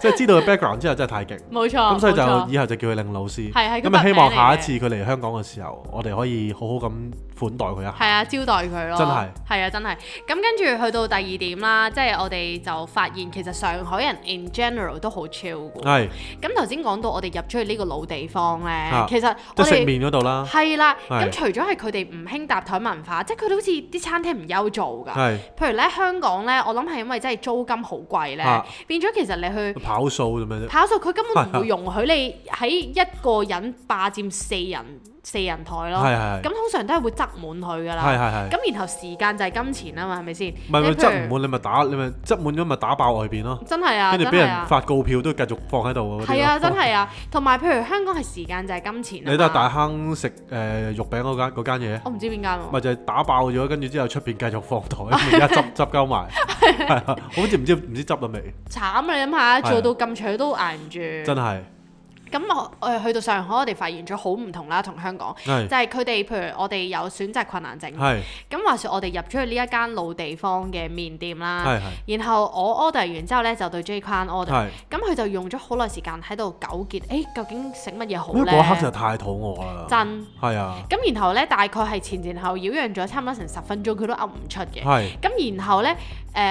Speaker 1: 即係知道佢 background 之後真係太勁，
Speaker 3: 冇錯，
Speaker 1: 咁所以就
Speaker 3: 哦冇錯
Speaker 1: 以後就叫佢令老師。
Speaker 3: 係係佢
Speaker 1: 咁啊，
Speaker 3: 筆
Speaker 1: 希望
Speaker 3: 名嚟
Speaker 1: 下一
Speaker 3: 嘅
Speaker 1: 次佢嚟香港嘅時候，我哋可以好好咁款待佢一
Speaker 3: 係
Speaker 1: 下。
Speaker 3: 啊，招待佢咯，
Speaker 1: 真係
Speaker 3: 係啊，真係。咁跟住去到第二點啦，即係我哋就發現其實上海人 in general 都好 chill 嘅。
Speaker 1: 係
Speaker 3: 咁頭先講到我哋入咗去呢個老地方呢，
Speaker 1: 啊
Speaker 3: 其實
Speaker 1: 即
Speaker 3: 我
Speaker 1: 係食
Speaker 3: 哋
Speaker 1: 麵嗰度啦，
Speaker 3: 係啦。
Speaker 1: 啊係
Speaker 3: 咁除咗係佢哋唔興搭台文化，即係佢哋好似啲餐廳唔憂做㗎。
Speaker 1: 係
Speaker 3: 譬如呢，香港呢，我諗係因為真係租金好貴呢，
Speaker 1: 啊
Speaker 3: 變咗其實你去
Speaker 1: 跑數咁樣啫。
Speaker 3: 跑數，佢根本唔會容許你喺一個人霸佔四人四人台咯。
Speaker 1: 係係係
Speaker 3: 咁通常都係會擠滿佢㗎啦。
Speaker 1: 係係係。
Speaker 3: 咁然後時間就係金錢啊嘛，係咪先？
Speaker 1: 唔係咪
Speaker 3: 你譬
Speaker 1: 執
Speaker 3: 如
Speaker 1: 唔滿你咪打，你咪執滿咗咪打爆外邊咯。
Speaker 3: 真係啊，
Speaker 1: 跟
Speaker 3: 真
Speaker 1: 住俾
Speaker 3: 係
Speaker 1: 人
Speaker 3: 啊，
Speaker 1: 發告票都繼續放喺度嗰啲咯
Speaker 3: 係啊，真係啊。同埋譬如香港係時間就係金錢啊嘛
Speaker 1: 你都係大坑食誒肉餅嗰間嗰間嘢，
Speaker 3: 我唔知邊間喎。
Speaker 1: 咪就係打爆咗，跟住之後出邊繼續放 台，而家執執鳩埋，係啊，好似唔知唔知執咗未，
Speaker 3: 慘啊！你諗
Speaker 1: 係啊
Speaker 3: 下，做到咁長都捱唔住。
Speaker 1: 真係
Speaker 3: 咁我我去到上海，我哋發現咗好唔同啦，同香港。就
Speaker 1: 係
Speaker 3: 係佢哋，譬如我哋有選擇困難症。
Speaker 1: 係
Speaker 3: 咁話說，我哋入咗去呢一間老地方嘅麵店啦。
Speaker 1: 係係
Speaker 3: 然後我 order 完之後呢，就對 J 框 order。
Speaker 1: 係，
Speaker 3: 咁佢就用咗好耐時間喺度糾結，誒究竟食乜嘢好
Speaker 1: 因為
Speaker 3: 呢？
Speaker 1: 嗰一刻就太肚餓啦，
Speaker 3: 真
Speaker 1: 係啊，
Speaker 3: 咁然後咧，大概係前前後擾攘咗差唔多成十分鐘，佢都噏唔出嘅。
Speaker 1: 係
Speaker 3: 咁然後咧，誒、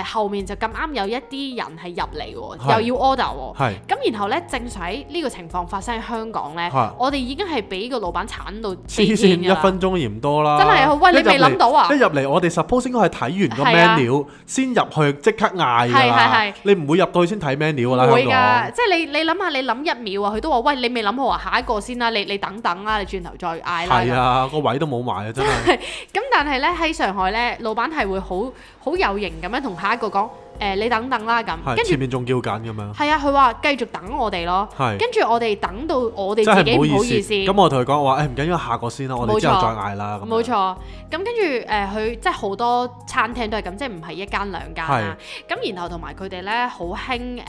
Speaker 3: 後面就咁啱有一啲人係入嚟
Speaker 1: 係
Speaker 3: 喎，又要 order 喎。
Speaker 1: 係
Speaker 3: 咁然後咧，正常喺呢個情況發生喺香港咧
Speaker 1: 係，
Speaker 3: 我哋已經係俾個老闆鏟到
Speaker 1: 黐
Speaker 3: 黐
Speaker 1: 線
Speaker 3: 線㗎
Speaker 1: 一
Speaker 3: 啦。
Speaker 1: 分鐘嫌多啦，
Speaker 3: 真係啊喂你
Speaker 1: 一入
Speaker 3: 未諗
Speaker 1: 嚟
Speaker 3: 到啊
Speaker 1: 一入嚟我哋 suppose 應該係睇
Speaker 3: 係
Speaker 1: 完個
Speaker 3: 啊
Speaker 1: menu 先入去即刻嗌㗎啦
Speaker 3: 係係係，
Speaker 1: 你唔會入到去先睇 menu 㗎啦，
Speaker 3: 會
Speaker 1: 香
Speaker 3: 㗎，
Speaker 1: 港
Speaker 3: 即係你你諗下，你諗一秒啊，佢都話：喂，你未諗好啊，下一個先啦，你你等等啦，你轉頭再嗌啦。
Speaker 1: 係啊，個位都冇埋 啊，真係。
Speaker 3: 咁但係咧喺上海咧，老闆係會好好有型咁樣同下一個講：誒、你等等啦咁。
Speaker 1: 係
Speaker 3: 跟住
Speaker 1: 前面仲叫緊咁樣，
Speaker 3: 係啊，佢話繼續等我哋咯。
Speaker 1: 係
Speaker 3: 跟住我哋等到我哋
Speaker 1: 真
Speaker 3: 自己
Speaker 1: 係
Speaker 3: 唔
Speaker 1: 唔
Speaker 3: 好
Speaker 1: 好
Speaker 3: 意
Speaker 1: 意
Speaker 3: 思
Speaker 1: 思。，咁我同佢講話，誒唔緊要，下個先啦，我
Speaker 3: 冇錯
Speaker 1: 哋之後再嗌啦。咁樣
Speaker 3: 冇，錯。咁跟住誒，佢、即係好多餐廳都係咁，即係唔係一間兩間啦。咁然後同埋佢哋咧好興誒誒，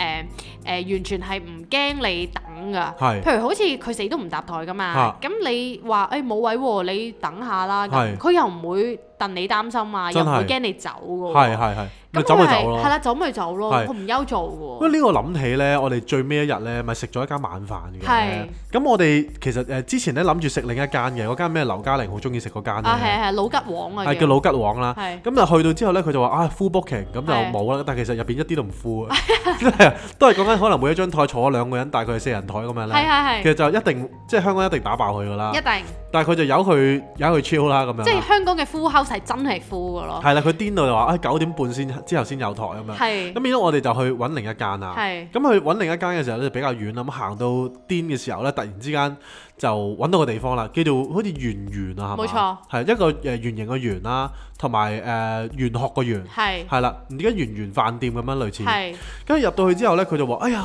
Speaker 3: 完全係唔驚你等㗎。
Speaker 1: 係
Speaker 3: 譬如好似佢死都唔搭台噶嘛
Speaker 1: 啊，
Speaker 3: 咁、你話誒冇位喎，你等下啦，咁
Speaker 1: 係
Speaker 3: 佢又唔會戥你擔心啊，又
Speaker 1: 真
Speaker 3: 唔會
Speaker 1: 係
Speaker 3: 驚你走㗎
Speaker 1: 係
Speaker 3: 喎。
Speaker 1: 係係，咪
Speaker 3: 咁
Speaker 1: 走
Speaker 3: 佢
Speaker 1: 咪
Speaker 3: 係
Speaker 1: 走
Speaker 3: 係
Speaker 1: 咯。
Speaker 3: 啦，走咪走咯，
Speaker 1: 係
Speaker 3: 佢唔憂做
Speaker 1: 喂，
Speaker 3: 㗎喎。
Speaker 1: 呢個諗起咧，我哋最尾一日咧，咪食咗一間晚飯嘅
Speaker 3: 係。
Speaker 1: 咁我哋其實誒之前咧諗住食另一間嘅，嗰間咩劉嘉玲好中意食嗰間
Speaker 3: 啊，
Speaker 1: 咧，
Speaker 3: 係係老吉王啊，
Speaker 1: 係叫老吉王啦。
Speaker 3: 係
Speaker 1: 咁就去到之後咧，佢就話啊 full booking，咁就
Speaker 3: 係
Speaker 1: 冇啦。但其實入邊一啲都唔 full 啊， 真係啊都係講緊可能每一張台坐兩個人，大概係四人台咁樣
Speaker 3: 係
Speaker 1: 咧。
Speaker 3: 係
Speaker 1: 其實就一定即係香港一定打爆佢噶啦
Speaker 3: 係，一。定。
Speaker 1: 但係佢就由佢由佢 chill 啦咁樣
Speaker 3: 即
Speaker 1: 啦
Speaker 3: 係，香港嘅 full house 係真係 full 嘅咯，
Speaker 1: 係啦，佢癲到就話啊九點半先之後先有台咁樣，
Speaker 3: 係
Speaker 1: 咁啊變咗我哋就去揾另一間啦。
Speaker 3: 係
Speaker 1: 咁去揾另一間嘅時候咧就比較遠啦，咁行到癲嘅時候咧，突然之間就揾到個地方啦，叫做好似圓圓啊，係
Speaker 3: 冇
Speaker 1: 嘛？係一個誒圓形嘅圓啦，同埋誒玄學個圓，
Speaker 3: 係
Speaker 1: 係啦，唔知點解圓圓飯店咁樣類似。
Speaker 3: 係
Speaker 1: 跟住入到去之後咧，佢就話：哎呀，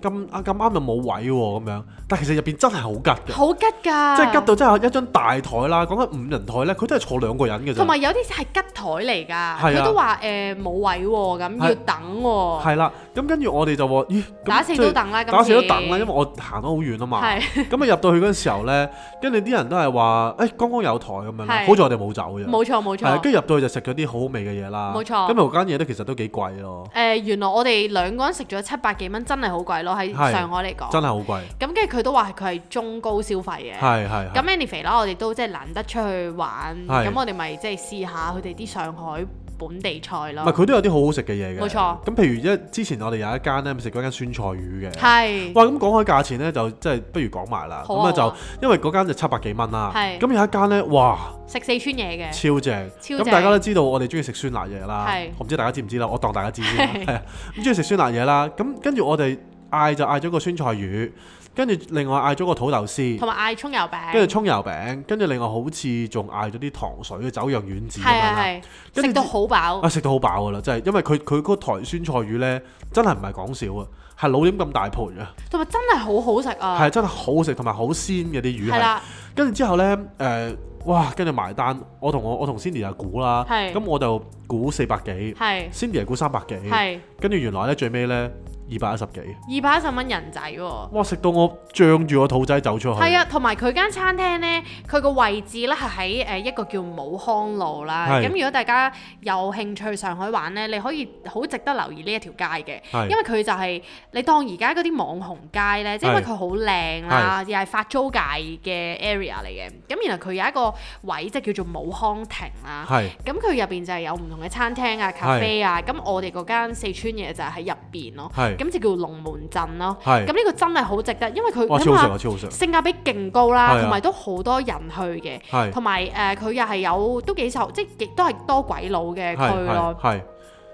Speaker 1: 咁啊咁啱又冇位喎咁樣，但其實入邊真係好吉嘅。
Speaker 3: 好吉㗎，
Speaker 1: 即係吉到真係一張大台啦，講緊五人台咧，佢都係坐兩個人嘅啫
Speaker 3: 同。埋有啲係吉台嚟㗎，
Speaker 1: 係
Speaker 3: 佢
Speaker 1: 啊
Speaker 3: 都話誒冇位喎，咁
Speaker 1: 係
Speaker 3: 要等喎，
Speaker 1: 係啦，咁跟住我哋就話，咦，咁
Speaker 3: 打死
Speaker 1: 即係
Speaker 3: 都等啦，
Speaker 1: 打死都
Speaker 3: 今次
Speaker 1: 等啦，因為我行得好遠啊嘛。
Speaker 3: 係
Speaker 1: 咁啊入到去嗰陣時候咧，跟住啲人都係話，誒剛剛有台咁樣啦，
Speaker 3: 係
Speaker 1: 好在我哋冇走嘅。
Speaker 3: 冇錯冇
Speaker 1: 係啊
Speaker 3: 錯
Speaker 1: 跟。住入到去就食咗啲好好味嘅嘢啦。
Speaker 3: 冇錯哦
Speaker 1: 咁啊嗰間嘢都其實都幾貴咯，
Speaker 3: 誒、呃原來我哋兩個人食咗七百幾蚊，真係好貴咯，喺
Speaker 1: 係
Speaker 3: 上海嚟講。
Speaker 1: 真係
Speaker 3: 咁
Speaker 1: 好貴。
Speaker 3: 跟住佢都話佢係中高消費嘅。
Speaker 1: 係係
Speaker 3: 咁
Speaker 1: 係
Speaker 3: anyway 啦，我哋都即係難得出去玩，
Speaker 1: 係
Speaker 3: 咁我哋咪即係試下佢哋啲上海本地菜
Speaker 1: 唔係
Speaker 3: 咯。
Speaker 1: 佢都有啲好好食嘅嘢嘅。
Speaker 3: 冇錯
Speaker 1: 咁譬如一之前我哋有一間咧，咪食過一間酸菜魚嘅。
Speaker 3: 係。
Speaker 1: 哇！咁講開價錢咧，就即係不如講埋啦。
Speaker 3: 好
Speaker 1: 咁
Speaker 3: 啊
Speaker 1: 咧就因為嗰間就七百幾蚊啦。
Speaker 3: 係
Speaker 1: 咁有一間咧，哇！
Speaker 3: 食四川嘢嘅，
Speaker 1: 超正，
Speaker 3: 超
Speaker 1: 咁
Speaker 3: 正
Speaker 1: 大家都知道我哋中意食酸辣嘢啦
Speaker 3: 係，
Speaker 1: 我唔知大家知唔知啦，我當大 家知先啦，
Speaker 3: 係
Speaker 1: 係啊，咁中意食酸辣嘢啦，咁跟住我哋嗌就嗌咗個酸菜魚，跟住另外嗌咗個土豆絲
Speaker 3: 同，埋嗌葱油
Speaker 1: 跟住
Speaker 3: 餅，
Speaker 1: 葱油餅，跟住另外好似仲嗌咗啲糖水嘅酒釀丸子咁樣
Speaker 3: 係
Speaker 1: 啦。
Speaker 3: 係係，
Speaker 1: 跟住
Speaker 3: 食到好飽
Speaker 1: 啊，，食到好飽噶啦，真係，因為佢佢嗰台酸菜魚呢，真係唔係講笑啊，係老點咁大盤啊，
Speaker 3: 同埋真係好好食啊
Speaker 1: 係，真係好好食，同埋好鮮嘅啲魚啊
Speaker 3: 係
Speaker 1: 係。
Speaker 3: 啦，
Speaker 1: 跟住之後呢，誒、哇！跟住埋單，我同我我同 Cindy 就估啦，
Speaker 3: 係
Speaker 1: 咁我就估四百幾
Speaker 3: 係
Speaker 1: ，Cindy 係估三百幾，
Speaker 3: 係
Speaker 1: 跟住原來呢，最尾呢，二百一十幾，
Speaker 3: 二百一十蚊人仔喎。
Speaker 1: 哇！食到我脹住個肚仔走出去，
Speaker 3: 係啊，同埋佢間餐廳呢，佢個位置呢係喺誒呃一個叫武康路啦。
Speaker 1: 係
Speaker 3: 咁如果大家有興趣上海玩呢，你可以好值得留意呢一條街嘅，
Speaker 1: 係
Speaker 3: 因為佢就係、你當而家嗰啲網紅街呢，即係因為
Speaker 1: 係
Speaker 3: 佢好靚啦，又係法租界嘅 area 嚟嘅。咁然後佢有一個位即係叫做武康亭啦。
Speaker 1: 係
Speaker 3: 咁佢入邊就係有唔同嘅餐廳啊、咖啡啊，咁我哋嗰間四川嘢就係喺入邊咯，
Speaker 1: 係
Speaker 3: 咁就叫龍門鎮咯。
Speaker 1: 係
Speaker 3: 咁呢個真係好值得，因為佢
Speaker 1: 哇！
Speaker 3: 諗
Speaker 1: 超好食
Speaker 3: 下
Speaker 1: 啊，超好食，
Speaker 3: 性價比勁高
Speaker 1: 係
Speaker 3: 啦，
Speaker 1: 啊
Speaker 3: 同埋都好多人去嘅，
Speaker 1: 係
Speaker 3: 同埋誒佢又係有都幾受，即係亦都係多鬼佬
Speaker 1: 係
Speaker 3: 嘅區
Speaker 1: 係
Speaker 3: 咯。
Speaker 1: 係。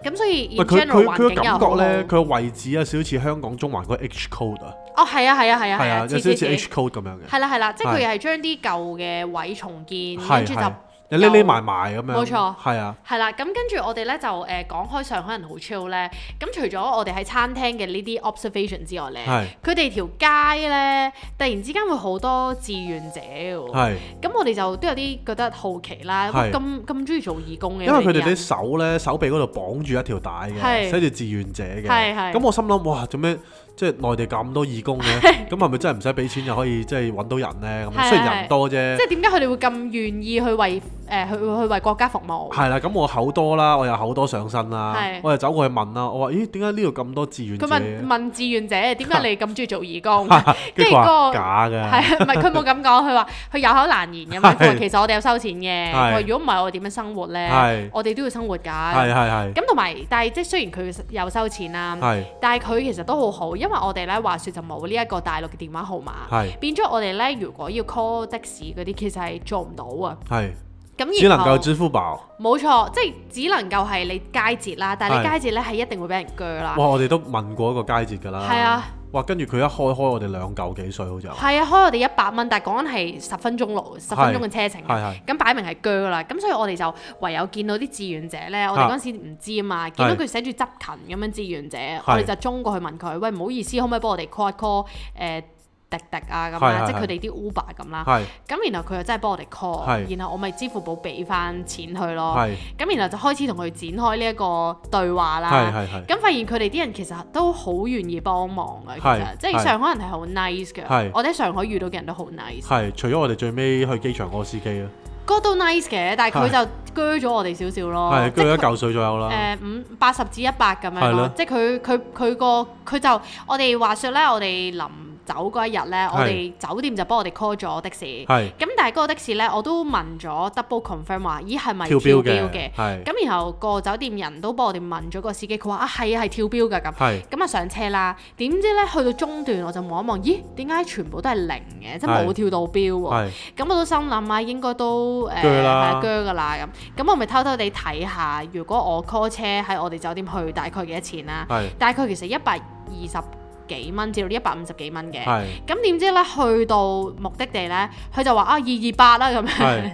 Speaker 3: 咁所以 in
Speaker 1: 喂佢佢
Speaker 3: general
Speaker 1: 佢
Speaker 3: 環
Speaker 1: 嘅
Speaker 3: 境又
Speaker 1: 感
Speaker 3: 好
Speaker 1: 覺
Speaker 3: 好。
Speaker 1: 呢，佢個位置啊有少少似香港中環嗰個 H code 啊，
Speaker 3: 哦係啊係啊係啊
Speaker 1: 係
Speaker 3: 係
Speaker 1: 啊，
Speaker 3: 啊，
Speaker 1: 有
Speaker 3: 知
Speaker 1: 少少
Speaker 3: 知
Speaker 1: 似
Speaker 3: 知
Speaker 1: H code 咁樣嘅，
Speaker 3: 係啦係啦，即係佢
Speaker 1: 係
Speaker 3: 係將啲舊嘅位重建，跟
Speaker 1: 係
Speaker 3: 住就
Speaker 1: 係。你匿匿埋埋咁樣，
Speaker 3: 冇錯
Speaker 1: 係啊，
Speaker 3: 係啦，咁跟住我哋咧就誒、呃、講開上海人好 chill 咧，咁除咗我哋喺餐廳嘅呢啲 observation 之外咧，
Speaker 1: 係
Speaker 3: 佢哋條街咧突然之間會好多志願者嘅喎，
Speaker 1: 係。
Speaker 3: 咁我哋就都有啲覺得好奇啦，哇
Speaker 1: 係
Speaker 3: 咁咁中意做義工嘅，
Speaker 1: 因為佢哋啲
Speaker 3: 人
Speaker 1: 手咧手臂嗰度綁住一條帶嘅，
Speaker 3: 係
Speaker 1: 寫住志願者嘅。
Speaker 3: 係係
Speaker 1: 咁我心諗，哇，做咩即係內地咁多義工嘅？咁係咪真係唔使俾錢就可以即係揾到人咧？咁
Speaker 3: 係
Speaker 1: 雖
Speaker 3: 係
Speaker 1: 然人多啫
Speaker 3: 即。係點解佢哋會咁願意去為誒、呃去去為國家服務？
Speaker 1: 係啦，咁我口多啦，我又口多上身啦
Speaker 3: 係，啊
Speaker 1: 我又走過去問啦，我話：咦，點解呢度咁多志願者
Speaker 3: 佢
Speaker 1: 嘅？
Speaker 3: 問問志願者點解你咁中意做義工？
Speaker 1: 跟
Speaker 3: 跟
Speaker 1: 住
Speaker 3: 住
Speaker 1: 佢話
Speaker 3: 嗰個
Speaker 1: 假
Speaker 3: 係
Speaker 1: 嘅，
Speaker 3: 啊，唔係佢冇咁講，佢話佢有口難言咁樣。佢話
Speaker 1: 係
Speaker 3: 其實我哋有收錢嘅，
Speaker 1: 係
Speaker 3: 佢話如果唔係我哋點樣生活
Speaker 1: 係
Speaker 3: 咧？我哋都要生活
Speaker 1: 係
Speaker 3: 㗎。
Speaker 1: 係係
Speaker 3: 咁同啊埋，但係即係雖然佢有收錢啦，
Speaker 1: 係
Speaker 3: 但係佢其實都好好，因為我哋咧話説就冇呢一個大陸嘅電話號
Speaker 1: 係
Speaker 3: 碼，變咗我哋咧如果要 call 的士嗰啲，其實係做唔到啊。
Speaker 1: 係，
Speaker 3: 咁
Speaker 1: 只能
Speaker 3: 然後
Speaker 1: 夠支付寶。
Speaker 3: 冇錯，即係只能夠係你佳節啦，但係
Speaker 1: 係
Speaker 3: 你佳節咧係一定會俾人鋸啦。
Speaker 1: 哇！我哋都問過一個佳節㗎啦。
Speaker 3: 係啊。
Speaker 1: 哇！跟住佢一開開我哋兩嚿幾水好似係。
Speaker 3: 係啊，開我哋一百蚊，但係講緊係十分鐘路，十分鐘嘅車程啊
Speaker 1: 係係
Speaker 3: 嘅，咁擺明係鋸啦。咁所以我哋就唯有見到啲志願者咧，我哋嗰陣時唔知啊嘛，見到佢寫住執勤咁樣志願者，我哋就衝過去問佢：喂，唔好意思，可唔可以幫我哋 call 一 call 誒滴滴啊咁
Speaker 1: 係係
Speaker 3: 啊，即係
Speaker 1: 係
Speaker 3: 佢哋啲 Uber 咁啦。
Speaker 1: 係
Speaker 3: 咁然後佢又真係幫我哋
Speaker 1: 係
Speaker 3: call，然後我咪支付寶俾翻錢佢咯。
Speaker 1: 係
Speaker 3: 咁然後就開始同佢展開呢一個對話
Speaker 1: 係
Speaker 3: 啦。
Speaker 1: 係係。
Speaker 3: 咁發現佢哋啲人其實都好願意幫忙嘅，其
Speaker 1: 係
Speaker 3: 實即係上海人係好 nice
Speaker 1: 係
Speaker 3: 嘅。我哋喺上海遇到嘅人都好 nice，
Speaker 1: 係，除咗我哋最尾去機場嗰個司機啊，
Speaker 3: 嗰都 nice 嘅，但係佢就鋸咗我哋少少咯，
Speaker 1: 係
Speaker 3: 哦即
Speaker 1: 鋸
Speaker 3: 係
Speaker 1: 一
Speaker 3: 佢
Speaker 1: 嚿水左右啦，
Speaker 3: 誒五八十至一百咁
Speaker 1: 係
Speaker 3: 樣
Speaker 1: 咯
Speaker 3: 咯，即係佢佢佢個佢就我哋話説咧，我哋臨走嗰一日咧，我哋酒店就幫我哋 call 咗的士，
Speaker 1: 係
Speaker 3: 咁但係嗰個的士咧，我都問咗 double confirm 話，咦係咪
Speaker 1: 跳
Speaker 3: 跳
Speaker 1: 標
Speaker 3: 標
Speaker 1: 嘅，
Speaker 3: 嘅？
Speaker 1: 係
Speaker 3: 咁然後個酒店人都幫我哋問咗個司機，佢話啊係啊係跳標㗎咁。
Speaker 1: 係
Speaker 3: 咁啊上車啦，點知咧去到中段我就望一望，咦點解全部都係零嘅，即係
Speaker 1: 係
Speaker 3: 冇跳到標喎。
Speaker 1: 係
Speaker 3: 咁我都心諗啊，應該都誒
Speaker 1: 鋸啦
Speaker 3: 係鋸㗎啦咁。咁我咪偷偷地睇下，如果我 call 車喺我哋酒店去，大概幾多錢啦？
Speaker 1: 係
Speaker 3: 大概其實一百二十幾蚊至到一百五十幾蚊嘅。
Speaker 1: 係
Speaker 3: 咁點知咧去到目的地咧，佢就話啊二二八啦咁樣
Speaker 1: 係。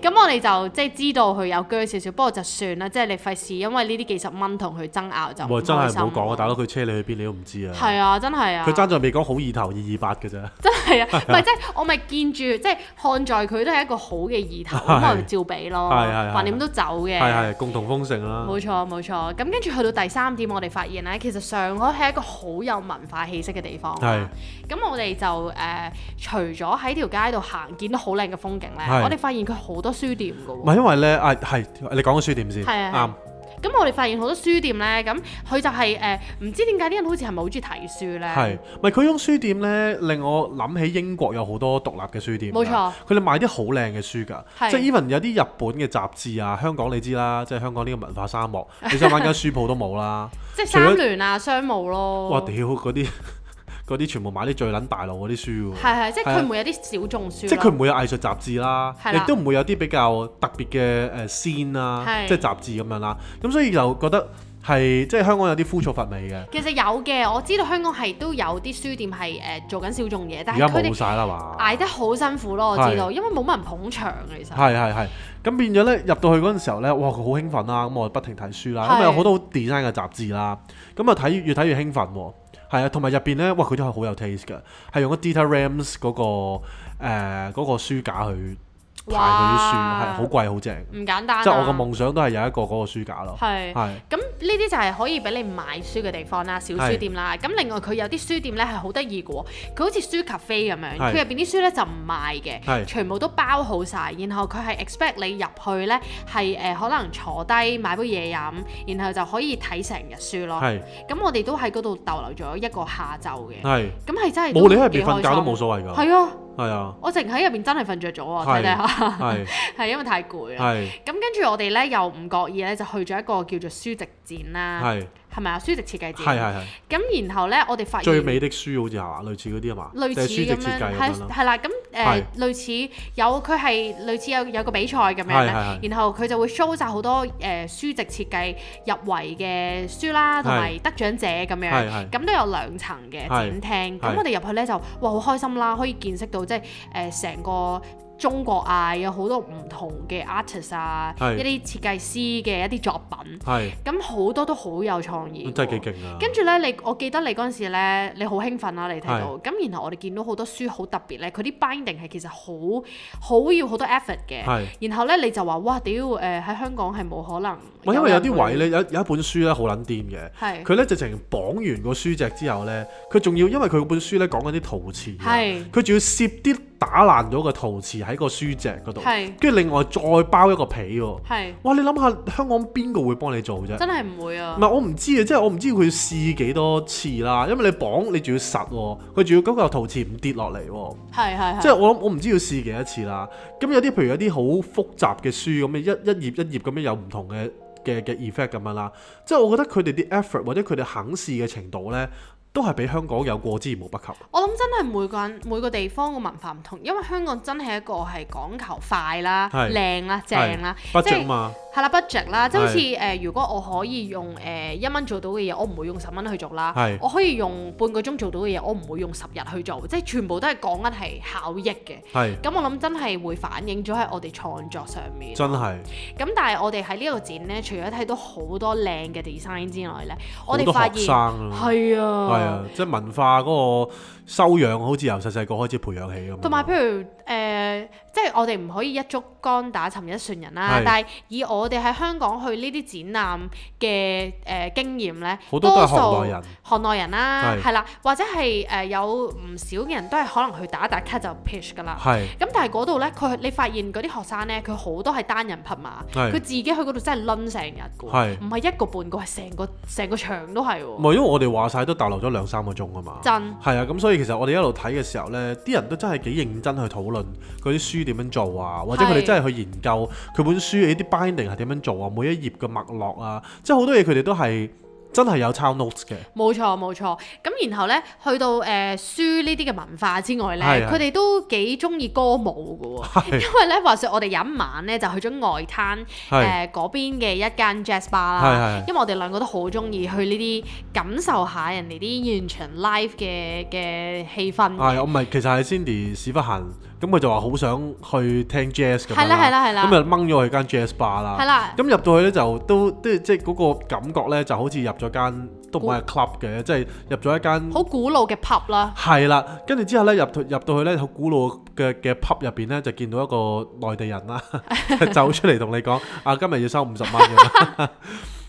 Speaker 3: 咁我哋就即係知道佢有鋸少少，不過就算啦，即係你費事因為呢啲幾十蚊同佢爭拗就唔
Speaker 1: 哇！真係
Speaker 3: 開
Speaker 1: 唔
Speaker 3: 心
Speaker 1: 好講啊，大佬佢車你去邊你都唔知啊，
Speaker 3: 係啊，真係啊，
Speaker 1: 佢爭在未講好意頭二二八嘅啫，
Speaker 3: 真係啊，唔係即係我咪見住，即係看在佢都係一個好嘅 意頭，咁我咪照俾咯，
Speaker 1: 係係係
Speaker 3: 橫掂都走嘅。
Speaker 1: 係係共同豐盛啦，
Speaker 3: 冇錯冇錯，咁跟住去到第三點，我哋發現咧，其實上海係一個好有文化氣息嘅地方啦。咁我哋就誒、呃除咗喺條街度行見到好靚嘅風景咧
Speaker 1: 係，
Speaker 3: 我哋發現佢好多書店㗎
Speaker 1: 唔
Speaker 3: 喎。
Speaker 1: 係因為咧啊係你講個書店先，
Speaker 3: 係
Speaker 1: 啱
Speaker 3: 啊咁我哋發現好多書店咧，咁佢就係、呃唔、知點解啲人好似係咪好中意睇書咧？
Speaker 1: 係，咪佢種書店咧令我諗起英國有好多獨立嘅書店㗎，
Speaker 3: 冇錯
Speaker 1: 佢哋賣啲好靚嘅書㗎，
Speaker 3: 係
Speaker 1: 即係 even 有啲日本嘅雜誌啊，香港你知啦，即係香港呢個文化沙漠， 你想揾間書鋪都冇啦。
Speaker 3: 即係
Speaker 1: 除咗
Speaker 3: 三聯啊、商務咯。
Speaker 1: 哇屌！嗰啲 嗰啲全部買啲最撚大路嗰啲書喎，
Speaker 3: 係係，即係佢唔會有啲小眾書
Speaker 1: 即
Speaker 3: 啦。
Speaker 1: 係佢唔會有藝術雜誌啦，
Speaker 3: 係啦
Speaker 1: 亦都唔會有啲比較特別嘅誒呃 scene 啊啦，
Speaker 3: 係
Speaker 1: 即係雜誌咁樣啦。咁所以就覺得係即係香港有啲枯燥乏味嘅，
Speaker 3: 其實有嘅，我知道香港係都有啲書店係誒、呃做緊小眾嘢，但
Speaker 1: 而
Speaker 3: 係
Speaker 1: 家
Speaker 3: 佢
Speaker 1: 冇
Speaker 3: 哋
Speaker 1: 晒啦嘛。
Speaker 3: 捱得好辛苦咯，我知道，因為冇乜人捧場其實。
Speaker 1: 係係係，咁變咗咧入到去嗰陣時候咧，哇佢好興奮啦，咁我就不停睇書啦，
Speaker 3: 係
Speaker 1: 咁有好多 design 嘅雜誌啦，咁啊睇越睇越興奮喎，係啊，同埋入邊咧，哇佢都係好有 taste 嘅，係用咗 Dita Rams 嗰、個誒嗰、個書架去排佢啲書，
Speaker 3: 哇
Speaker 1: 係好貴好正，
Speaker 3: 唔簡單、啊。
Speaker 1: 即係我個夢想都係有一個嗰個書架咯，
Speaker 3: 係。
Speaker 1: 係
Speaker 3: 咁呢啲就係可以俾你買書嘅地方啦，小書店啦。咁另外佢有啲書店咧係好得意嘅喎，佢好似書 cafe 咁
Speaker 1: 係
Speaker 3: 樣，佢入邊啲書咧就唔賣
Speaker 1: 係
Speaker 3: 嘅，全部都包好晒。然後佢係 expect 你入去咧係誒可能坐低買杯嘢飲，然後就可以睇成日書咯。
Speaker 1: 係
Speaker 3: 咁我哋都喺嗰度逗留咗一個下晝嘅，
Speaker 1: 係
Speaker 3: 咁係真係
Speaker 1: 冇理喺入
Speaker 3: 幾
Speaker 1: 邊
Speaker 3: 開
Speaker 1: 瞓
Speaker 3: 心
Speaker 1: 覺都冇所謂㗎，
Speaker 3: 係啊，
Speaker 1: 係啊
Speaker 3: 我淨喺入邊真係瞓着咗啊！
Speaker 1: 係
Speaker 3: 睇睇下，
Speaker 1: 係
Speaker 3: 係因為太攰啦。
Speaker 1: 係
Speaker 3: 咁跟住我哋咧又唔覺意咧就去咗一個叫做書籍展啦，
Speaker 1: 係
Speaker 3: 係咪啊？書籍設計
Speaker 1: 係係
Speaker 3: 展。
Speaker 1: 係
Speaker 3: 咁然後咧，我哋發現
Speaker 1: 最美的書好似係嘛，類似嗰啲啊嘛，
Speaker 3: 類
Speaker 1: 就係
Speaker 3: 似
Speaker 1: 書籍
Speaker 3: 咁
Speaker 1: 設
Speaker 3: 樣，
Speaker 1: 計咁樣
Speaker 3: 係
Speaker 1: 啦，
Speaker 3: 係啦。咁誒
Speaker 1: 係
Speaker 3: 類似有佢係類似有有個比賽咁樣
Speaker 1: 係係
Speaker 3: 咧，然後佢就會 show 晒好多誒書籍設計入圍嘅書啦，同埋
Speaker 1: 係
Speaker 3: 得獎者咁
Speaker 1: 係
Speaker 3: 樣
Speaker 1: 係。
Speaker 3: 咁都有兩層嘅展
Speaker 1: 係
Speaker 3: 廳。咁
Speaker 1: 係
Speaker 3: 我哋入去咧就哇好開心啦，可以見識到即係誒成個。中國啊，有好多唔同嘅 artist 啊，
Speaker 1: 係
Speaker 3: 一啲設計師嘅一啲作品，
Speaker 1: 係
Speaker 3: 咁好多都好有創意喎。
Speaker 1: 真係幾勁啊！
Speaker 3: 跟住咧，你我記得你嗰陣時咧，你好興奮啊啦，你睇到咁，然後我哋見到好多書好特別咧，佢啲 binding 係其實好好要好多 effort 嘅
Speaker 1: 係。
Speaker 3: 然後咧你就話哇屌誒喺香港係冇可能
Speaker 1: 喂，
Speaker 3: 人去。
Speaker 1: 因為有啲位咧，有有一本書咧好撚癲嘅，
Speaker 3: 係
Speaker 1: 佢咧直情綁完個書脊之後咧，佢仲要因為佢本書咧講緊啲陶瓷啊，
Speaker 3: 係
Speaker 1: 佢仲要攝啲打爛咗嘅陶瓷喺個書脊嗰度
Speaker 3: 係，
Speaker 1: 跟住另外再包一個被喎。
Speaker 3: 係
Speaker 1: 哇！你諗下香港邊個會幫你做啫？
Speaker 3: 真係唔會啊
Speaker 1: 唔！係我唔知啊，即係我唔知佢試幾多次啦，因為你綁你仲要實喎，佢仲要嗰嚿陶瓷唔跌落嚟喎。
Speaker 3: 係係
Speaker 1: 即
Speaker 3: 係
Speaker 1: 係我諗，我唔知要試幾多次啦。咁有啲譬如有啲好複雜嘅書咁樣，一一頁一頁咁樣有唔同嘅嘅嘅 effect 咁樣啦。即係我覺得佢哋啲 effort 或者佢哋肯試嘅程度呢，都係比香港有過之而無不及。
Speaker 3: 我諗真係每個人每個地方嘅文化唔同，因為香港真係一個係講求快啦、
Speaker 1: 係
Speaker 3: 靚啦、正啦，
Speaker 1: 不
Speaker 3: 即係
Speaker 1: 著嘛，
Speaker 3: 係啦 budget 啦，即係好似呃
Speaker 1: 係
Speaker 3: 誒，如果我可以用誒一蚊做到嘅嘢，我唔會用十蚊去做啦
Speaker 1: 係。
Speaker 3: 我可以用半個鐘做到嘅嘢，我唔會用十日去做，即係全部都係講緊係效益嘅。
Speaker 1: 係
Speaker 3: 咁我諗真係會反映咗喺我哋創作上面。
Speaker 1: 真係
Speaker 3: 咁但係我哋喺呢個展呢，除咗睇到好多靚嘅 design 之外呢，
Speaker 1: 好
Speaker 3: 我哋
Speaker 1: 多
Speaker 3: 發
Speaker 1: 學
Speaker 3: 現
Speaker 1: 生啊，
Speaker 3: 係
Speaker 1: 係啊
Speaker 3: 啊，，
Speaker 1: 即係文化嗰個修養，好似由細細個開始培養起咁。
Speaker 3: 同埋譬如誒、即係我哋唔可以一竹竿打沉一船人啦
Speaker 1: 係。
Speaker 3: 但係以我哋喺香港去呢啲展覽嘅誒、經驗呢，
Speaker 1: 好多都係
Speaker 3: 多
Speaker 1: 行
Speaker 3: 數
Speaker 1: 內人，
Speaker 3: 行內人啦，
Speaker 1: 係
Speaker 3: 係啦，或者係誒、呃有唔少嘅人都係可能去打一打卡就 pitch 㗎啦。
Speaker 1: 係
Speaker 3: 咁但係嗰度呢，佢你發現嗰啲學生呢，佢好多係單人匹馬，
Speaker 1: 係
Speaker 3: 佢自己去嗰度真係攆成日㗎喎，
Speaker 1: 係
Speaker 3: 唔係一個半個，係成個成個場都係
Speaker 1: 唔
Speaker 3: 喎。
Speaker 1: 係因為我哋話晒都逗留咗兩三個鐘啊嘛。
Speaker 3: 真
Speaker 1: 係啊，咁所以其實我哋一路睇嘅時候呢，啲人都真係幾認真去討論嗰啲書點樣做啊，或者佢
Speaker 3: 係
Speaker 1: 哋真係去研究佢本書嘅啲 binding 係點樣做啊，每一頁嘅脈絡啊，即係好多嘢佢哋都係真係有抄 notes 嘅，
Speaker 3: 冇錯冇錯，咁然後呢，去到誒、呃、書呢啲嘅文化之外呢，
Speaker 1: 係係
Speaker 3: 佢哋都幾中意歌舞㗎喎，
Speaker 1: 係
Speaker 3: 因為呢，話說我哋有一晚呢，就去咗外灘。
Speaker 1: 係
Speaker 3: 誒嗰邊嘅一間 jazz bar
Speaker 1: 係
Speaker 3: 啦，
Speaker 1: 係
Speaker 3: 因為我哋兩個都好中意去呢啲感受下人哋啲現場 live 嘅嘅氣氛嘅。
Speaker 1: 係我唔係，其實係 Cindy 屎忽痕，咁佢就話好想去聽 jazz 咁樣
Speaker 3: 係啦係啦係啦
Speaker 1: 咁就掹咗佢間 jazz bar 啦，
Speaker 3: 係啦
Speaker 1: 咁入到去呢，就都都即係嗰個感覺呢，就好似入咗間都唔係 club 嘅，即係入咗一間
Speaker 3: 好古老嘅 pub 啦，
Speaker 1: 係啦，跟住之後咧入到入到去咧好古老嘅嘅 pub 入邊咧，就見到一個內地人 啦， 走出嚟同你講：啊，今日要收五十蚊咁樣，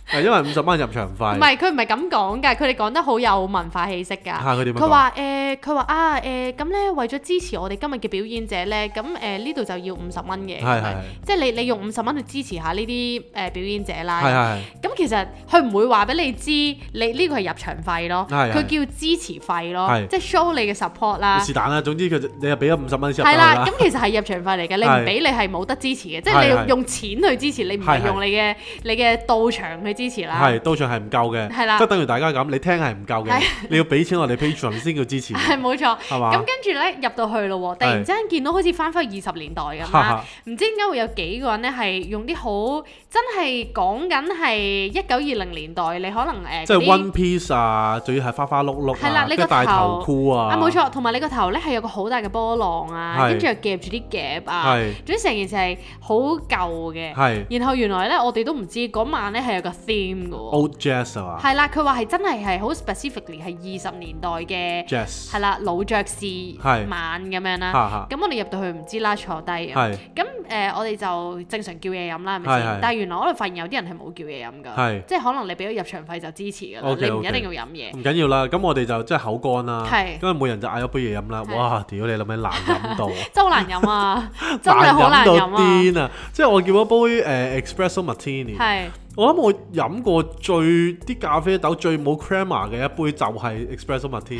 Speaker 1: 係 因為五十蚊入場
Speaker 3: 唔
Speaker 1: 費。
Speaker 3: 係佢唔係咁講㗎，佢哋講得好有文化氣息㗎。
Speaker 1: 嚇佢點樣講
Speaker 3: 佢話誒，佢話啊誒，咁咧為咗支持我哋今日嘅表演者咧，咁誒呢度就要五十蚊嘅，
Speaker 1: 係係
Speaker 3: 咁樣
Speaker 1: 係
Speaker 3: 即係你你用五十蚊去支持下呢啲誒表演者啦。
Speaker 1: 係係
Speaker 3: 咁其實佢唔會話俾你知，你呢個係入場費咯，
Speaker 1: 係係
Speaker 3: 佢叫支持費咯，
Speaker 1: 係
Speaker 3: 即係 show 你嘅 support 啦
Speaker 1: 係，。是但啦。總之佢就你又俾咗五十蚊先入
Speaker 3: 啊係
Speaker 1: 去
Speaker 3: 啦，
Speaker 1: 啦
Speaker 3: 咁。其實係入場費嚟嘅，你唔
Speaker 1: 係
Speaker 3: 俾你係冇得支持嘅，即係
Speaker 1: 係
Speaker 3: 你
Speaker 1: 係
Speaker 3: 用錢去支持，你唔係
Speaker 1: 係係
Speaker 3: 用你嘅你嘅到場去支持啦。
Speaker 1: 係，到場係唔夠嘅，
Speaker 3: 啊係啦
Speaker 1: 即係等於大家咁，你聽係唔夠嘅
Speaker 3: 係，
Speaker 1: 你要俾錢我哋 patron 先叫支持，
Speaker 3: 係冇錯。
Speaker 1: 係
Speaker 3: 咁
Speaker 1: 嘛？
Speaker 3: 跟住咧入到去咯喎，突然之間見到好似翻返去二十年代咁
Speaker 1: 哈
Speaker 3: 啦
Speaker 1: 哈，
Speaker 3: 唔知點解會有幾個人咧係用啲好真係講緊係一九二零年代，你可能誒
Speaker 1: 即係
Speaker 3: 嗰啲
Speaker 1: One Piece 啊，仲要係花花碌碌
Speaker 3: 係啦
Speaker 1: 啊，
Speaker 3: 你
Speaker 1: 跟
Speaker 3: 個
Speaker 1: 住大
Speaker 3: 頭
Speaker 1: 頭箍啊，
Speaker 3: 啊冇，錯，同埋你個頭咧係有個好大嘅波浪啊，
Speaker 1: 係
Speaker 3: 跟住又夾住啲夾啊，
Speaker 1: 係
Speaker 3: 總之成件事係好舊嘅。
Speaker 1: 係
Speaker 3: 然後原來咧我哋都唔知嗰晚咧係有個 theme 嘅喎，
Speaker 1: Old Jazz 啊嘛
Speaker 3: 係啦，佢話係真係係好 specifically 係二十年代嘅。
Speaker 1: ，Jazz
Speaker 3: 係啦，老爵士晚咁樣
Speaker 1: 哈哈
Speaker 3: 啦，咁我哋入到去唔知啦，坐低咁
Speaker 1: 係
Speaker 3: 咁誒，我哋就正常叫嘢飲啦，係咪
Speaker 1: 係係
Speaker 3: 先？但係原來我哋發現有啲人係冇叫嘢飲
Speaker 1: 係
Speaker 3: 㗎，即係可能你俾咗入場費就支持㗎啦，
Speaker 1: OK，
Speaker 3: 你唔一
Speaker 1: OK
Speaker 3: 定要飲嘢。
Speaker 1: 唔緊要啦，咁我哋就即係口乾啦，
Speaker 3: 係
Speaker 1: 咁啊每人就嗌咗杯嘢飲啦，
Speaker 3: 係
Speaker 1: 哇！屌你諗咩難飲到，
Speaker 3: 真係好難 飲啊！ 真係好難
Speaker 1: 到
Speaker 3: 飲啊！
Speaker 1: 癲啊！即係我叫咗杯誒、呃 espresso martini，
Speaker 3: 係
Speaker 1: 我諗我飲過最啲咖啡豆最冇 crema 嘅一杯就係 espresso martini，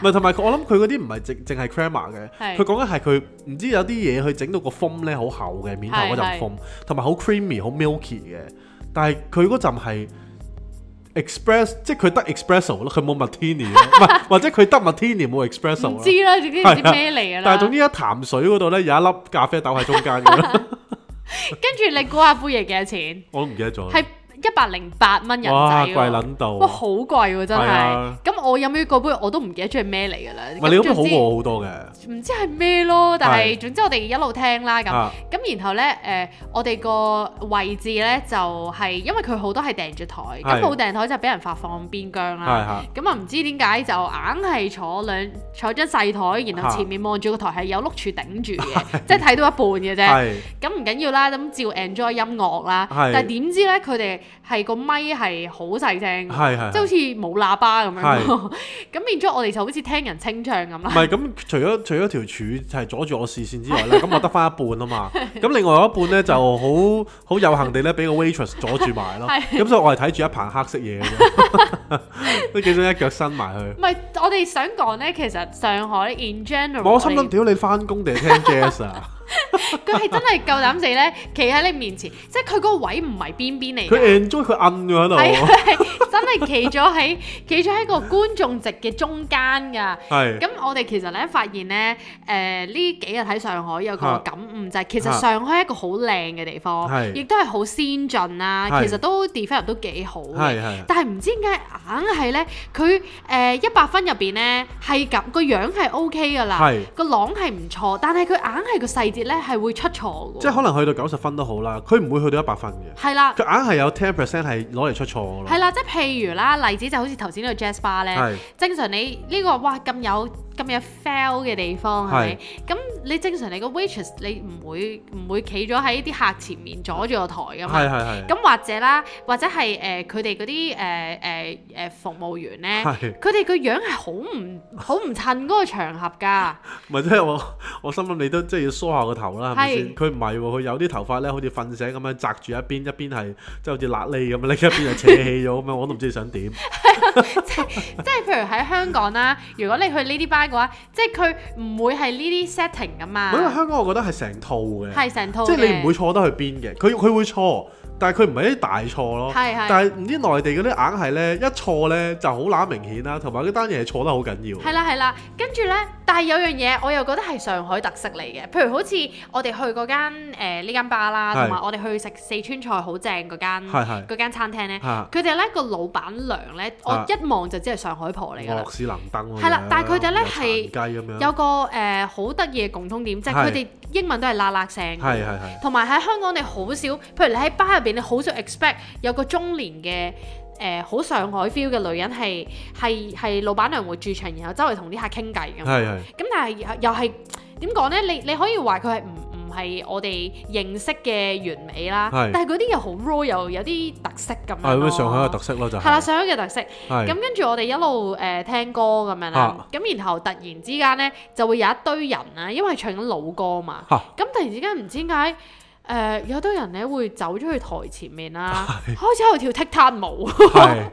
Speaker 1: 唔係同埋佢我諗佢嗰啲唔係淨淨係 crema 嘅，
Speaker 3: 係
Speaker 1: 佢講緊係佢唔知有啲嘢佢整到個 foam 咧好厚嘅面頭嗰陣
Speaker 3: 係係
Speaker 1: foam，同埋好 creamy 好 milky 嘅，但係佢嗰陣係。express 即係佢得 espresso 咯，佢冇 martini 咯，唔 係或者佢得 martini 冇 espresso
Speaker 3: 唔
Speaker 1: 咯
Speaker 3: 知啦，總之唔知咩嚟㗎
Speaker 1: 但係
Speaker 3: 啦。
Speaker 1: 總之一潭水嗰度咧有一粒咖啡豆喺中間嘅 咯，
Speaker 3: 跟住你估下杯嘢幾多錢？
Speaker 1: 我都唔記得咗啦。
Speaker 3: 係一百零八蚊人仔
Speaker 1: 哦哇，
Speaker 3: 喎
Speaker 1: 貴撚到！
Speaker 3: 哇，好貴喎真
Speaker 1: 係
Speaker 3: 係
Speaker 1: 啊。
Speaker 3: 咁我飲咗嗰杯我都唔記得咗係咩嚟㗎啦。
Speaker 1: 唔係你咁
Speaker 3: 總
Speaker 1: 好
Speaker 3: 之
Speaker 1: 過我好多嘅，
Speaker 3: 唔知係咩咯，但係
Speaker 1: 係
Speaker 3: 總之我哋一路聽啦咁，咁、
Speaker 1: 啊
Speaker 3: 然後呢，誒、我哋個位置呢，就係、因為佢好多係訂住台，
Speaker 1: 係
Speaker 3: 咁冇訂台就俾人發放邊疆
Speaker 1: 係
Speaker 3: 啦。
Speaker 1: 係
Speaker 3: 咁啊唔知點解就硬係坐兩坐張細台，然後
Speaker 1: 嚇
Speaker 3: 前面望住個台係有碌柱頂住 嘅，即係睇到一半嘅啫。
Speaker 1: 係
Speaker 3: 咁唔緊要啦，咁照 enjoy 音樂啦。
Speaker 1: 係
Speaker 3: 但係點知呢，佢哋係個咪係好細聲嘅，
Speaker 1: 係係
Speaker 3: 即係好
Speaker 1: 係。
Speaker 3: 似冇喇叭咁樣
Speaker 1: 係
Speaker 3: 咯。 咁變咗我哋就好似聽人清唱咁
Speaker 1: 唔
Speaker 3: 啦。
Speaker 1: 係咁，除咗除咗條柱係阻住我視線之外咧，咁我得翻一半啊嘛。咁另外一半咧就好好有幸地咧，俾個 waitress 阻住埋咯。
Speaker 3: 係
Speaker 1: 咁所以我係睇住一棚黑色嘢嘅啫， 都幾想一腳伸埋去。
Speaker 3: 唔係，我哋想講咧，其實上海 in general，
Speaker 1: 我心諗，
Speaker 3: 哋
Speaker 1: 屌你翻工定係聽 jazz 啊？
Speaker 3: 佢係真係夠膽死咧，企喺你面前，即係佢個位唔 係邊邊嚟
Speaker 1: 佢啊
Speaker 3: 㗎，
Speaker 1: enjoy 佢摁咗喺
Speaker 3: 係
Speaker 1: 度，
Speaker 3: 係真係企咗喺 企咗喺個觀眾席嘅中間㗎。
Speaker 1: 係
Speaker 3: 咁我哋其實咧發現咧，誒、呢幾日喺上海有個
Speaker 1: 嚇
Speaker 3: 感悟就係、其實
Speaker 1: 嚇
Speaker 3: 上海係一個好靚嘅地方，
Speaker 1: 係
Speaker 3: 亦都係好先進啦、
Speaker 1: 係
Speaker 3: 其實都 develop 都幾好嘅
Speaker 1: 係係。
Speaker 3: 但係唔知點解硬係咧，佢誒一百分入邊咧係咁個樣係 O K 㗎啦
Speaker 1: 係，
Speaker 3: 個朗係唔錯，但係佢硬係個細節咧係會出錯
Speaker 1: 即係
Speaker 3: 㗎。
Speaker 1: 可能去到九十分都好啦，佢唔會去到一百分嘅。
Speaker 3: 係啦，
Speaker 1: 佢硬係有 ten percent 係攞嚟出錯嘅
Speaker 3: 係
Speaker 1: 咯。
Speaker 3: 啦，即係譬如啦，例子就好似頭先呢個 jazz bar 咧
Speaker 1: 係，
Speaker 3: 正常你呢個哇咁有咁有 fail 嘅地方係咪
Speaker 1: 係？
Speaker 3: 咁你正常你個 waitress 你唔會唔會企咗喺啲客前面阻住個台㗎嘛
Speaker 1: 係？係係。
Speaker 3: 咁或者啦，或者係誒佢哋嗰啲誒誒誒服務員咧，
Speaker 1: 係
Speaker 3: 佢哋個樣係好唔好唔襯嗰個場合 㗎，
Speaker 1: 咪即係我 我心諗你都即係要梳下個頭啦，係咪
Speaker 3: 係
Speaker 1: 先？佢唔係喎，佢有啲頭髮咧，好似瞓醒咁樣擲住一邊，一邊係即係好似辣痢咁樣，另一邊又扯起咗咁樣，我都唔知你想 點。
Speaker 3: 即係譬如喺香港啦，如果你去呢啲班嘅話，即係佢唔會係呢啲 setting 㗎嘛，
Speaker 1: 因為香港我覺得係成套嘅，
Speaker 3: 啊係成套
Speaker 1: 即係你
Speaker 3: 嘅
Speaker 1: 唔會錯得去邊嘅。佢佢會錯，但係佢唔係一啲大錯咯。
Speaker 3: 係係
Speaker 1: 但係唔知內地嗰啲硬係咧，一錯咧就好乸明顯啦，同埋嗰單嘢係錯得好緊要。
Speaker 3: 係啦係啦，跟住呢，但係有樣嘢我又覺得係上海特色嚟嘅，譬如好似我哋去嗰間誒呢間巴啦，
Speaker 1: 係
Speaker 3: 同埋我哋去食四川菜好正嗰間
Speaker 1: 係係
Speaker 3: 嗰間餐廳呢，
Speaker 1: 嚇，
Speaker 3: 佢哋呢個老闆娘呢，我
Speaker 1: 啊
Speaker 3: 一望就知係上海婆嚟㗎啦
Speaker 1: 惡。屎能登喎。
Speaker 3: 係啦但係佢哋呢
Speaker 1: 有殘
Speaker 3: 係
Speaker 1: 雞咁樣。
Speaker 3: 有個誒好得意嘅共通點，就係
Speaker 1: 係
Speaker 3: 佢哋英文都係啦啦聲。
Speaker 1: 係係係。
Speaker 3: 同埋喺香港，你好少，譬如你喺巴入邊，你好少 expect 有個中年嘅誒好上海 feel 嘅女人係係係老闆娘會駐場，然後周圍同啲客傾偈咁。
Speaker 1: 係係
Speaker 3: 咁但係又又係點講呢？你你可以話佢係唔唔係我哋認識嘅完美啦，
Speaker 1: 係
Speaker 3: 但係嗰啲又好 raw，又有啲特色咁樣
Speaker 1: 係
Speaker 3: 咯。
Speaker 1: 啊咁上海嘅特色咯，就
Speaker 3: 係
Speaker 1: 係
Speaker 3: 啦，上海嘅特色。
Speaker 1: 係
Speaker 3: 咁跟住我哋一路誒、呃、聽歌咁樣啦
Speaker 1: 啊，
Speaker 3: 咁、然後突然之間呢，就會有一堆人啦，因為唱緊老歌嘛，
Speaker 1: 嚇
Speaker 3: 咁突然之間唔知點解呃 誒有一堆人咧會走咗去台前面啦，開始喺度跳踢踏舞，
Speaker 1: 係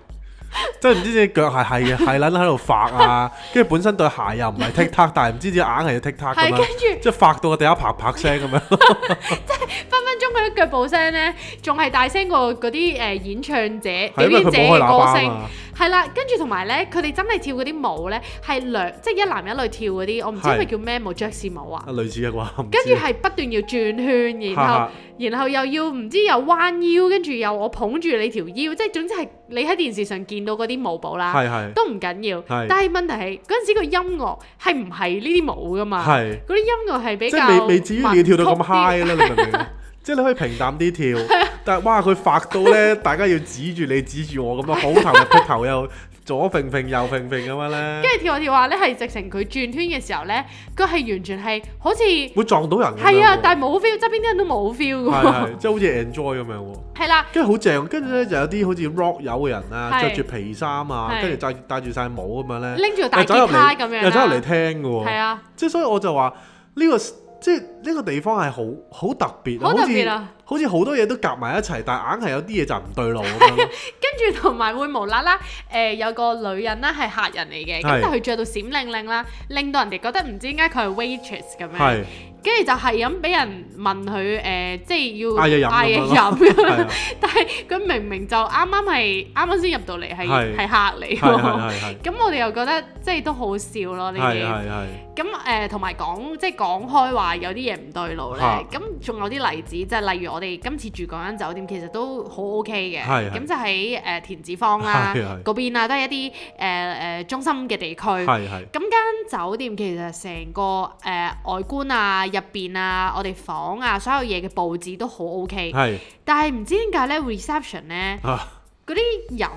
Speaker 1: 即係唔知隻腳係係嘅，係撚喺度發 啊，跟住本身對鞋又唔係剔 i 但係唔知點解硬係剔 i 咁
Speaker 3: 係跟
Speaker 1: 樣，
Speaker 3: 住
Speaker 1: 即係發到個地下啪啪聲咁 樣。
Speaker 3: 分分鐘佢啲腳步聲咧，仲係大聲過嗰啲誒演唱者、
Speaker 1: 係
Speaker 3: 表
Speaker 1: 因為
Speaker 3: 演
Speaker 1: 佢
Speaker 3: 者
Speaker 1: 冇開喇
Speaker 3: 嘅歌
Speaker 1: 叭啊
Speaker 3: 聲。
Speaker 1: 嘛，
Speaker 3: 係啦，跟住同埋咧，佢哋真係跳嗰啲舞咧，係兩即係一男一女跳嗰啲，我唔知
Speaker 1: 係
Speaker 3: 佢叫咩舞，爵士舞啊。
Speaker 1: 類似嘅啩，唔
Speaker 3: 跟
Speaker 1: 知
Speaker 3: 住係不斷要轉圈，然
Speaker 1: 哈
Speaker 3: 後
Speaker 1: 哈
Speaker 3: 然後又要唔知又彎腰，跟住又我捧住你條腰，即係總之係你喺電視上見到嗰啲舞步啦，
Speaker 1: 係係
Speaker 3: 啊都唔緊要。
Speaker 1: 係
Speaker 3: 但係問題係嗰陣時個音樂係唔係呢啲舞噶嘛？
Speaker 1: 係，
Speaker 3: 嗰啲音樂係比
Speaker 1: 即
Speaker 3: 較
Speaker 1: 係未未至於你要跳到咁
Speaker 3: 民曲啲
Speaker 1: high 啦，你明唔 明？即係你可以平淡啲跳，但係哇佢發到咧，大家要指住你指住我咁樣，好頭又劈頭又左揈揈右揈揈咁樣咧，
Speaker 3: 跟住跳下跳下咧，係直情佢轉圈嘅時候咧，佢係完全係好似係
Speaker 1: 會撞到人咁樣喎。
Speaker 3: 啊，但係冇 feel，側邊啲人都冇 feel 嘅
Speaker 1: 係
Speaker 3: 喎。
Speaker 1: 係，即係好似 enjoy 咁樣喎。
Speaker 3: 係啦，
Speaker 1: 跟住好正，跟住咧就有啲好似 rock 友嘅人啊，着
Speaker 3: 係
Speaker 1: 住皮衫啊，
Speaker 3: 係
Speaker 1: 跟住戴戴住晒帽咁樣咧，
Speaker 3: 拎住個
Speaker 1: 又
Speaker 3: 大吉
Speaker 1: 走入
Speaker 3: 他
Speaker 1: 嚟
Speaker 3: 咁樣
Speaker 1: 又走入嚟
Speaker 3: 啦，
Speaker 1: 聽嘅喎。
Speaker 3: 係啊，
Speaker 1: 即係所以我就話呢、個即係呢個地方係好好特別啊，
Speaker 3: 好特別
Speaker 1: 似
Speaker 3: 啊！
Speaker 1: 好似好多嘢都夾埋一齊，但係硬係有啲嘢就唔對路咁樣咯。
Speaker 3: 跟住同埋會無啦啦，誒、有個女人啦係客人嚟嘅，
Speaker 1: 係
Speaker 3: 咁但係佢着到閃靈靈啦，令到人哋覺得唔知點解佢係 waitress 咁樣，
Speaker 1: 係
Speaker 3: 跟住就係咁俾人問佢誒、即係要
Speaker 1: 嗌嘢飲
Speaker 3: 嗌
Speaker 1: 咁
Speaker 3: 嘢
Speaker 1: 樣
Speaker 3: 飲咁
Speaker 1: 係
Speaker 3: 樣，
Speaker 1: 啊
Speaker 3: 但係佢明明就啱啱係啱啱先入到嚟係
Speaker 1: 係
Speaker 3: 係啊客
Speaker 1: 係係
Speaker 3: 嚟喎，
Speaker 1: 係係
Speaker 3: 咁我哋又覺得即係都好笑咯呢
Speaker 1: 係啊係
Speaker 3: 啲。
Speaker 1: 係
Speaker 3: 咁誒同埋講即係講開話有啲嘢唔對路咧
Speaker 1: 嚇，
Speaker 3: 咁仲有啲例子，即係例如我哋今次住嗰間酒店其實都好 OK 嘅，
Speaker 1: 係係
Speaker 3: 咁就喺誒田子坊 啦
Speaker 1: 係係
Speaker 3: 嗰邊啊，都係一啲誒誒中心嘅地區。
Speaker 1: 係係
Speaker 3: 咁間酒店其實成個誒、外觀啊、入邊啊、我哋房啊、所有嘢嘅佈置都好 OK，
Speaker 1: 係
Speaker 3: 但係唔知點解咧 reception 咧
Speaker 1: 啊
Speaker 3: 嗰啲人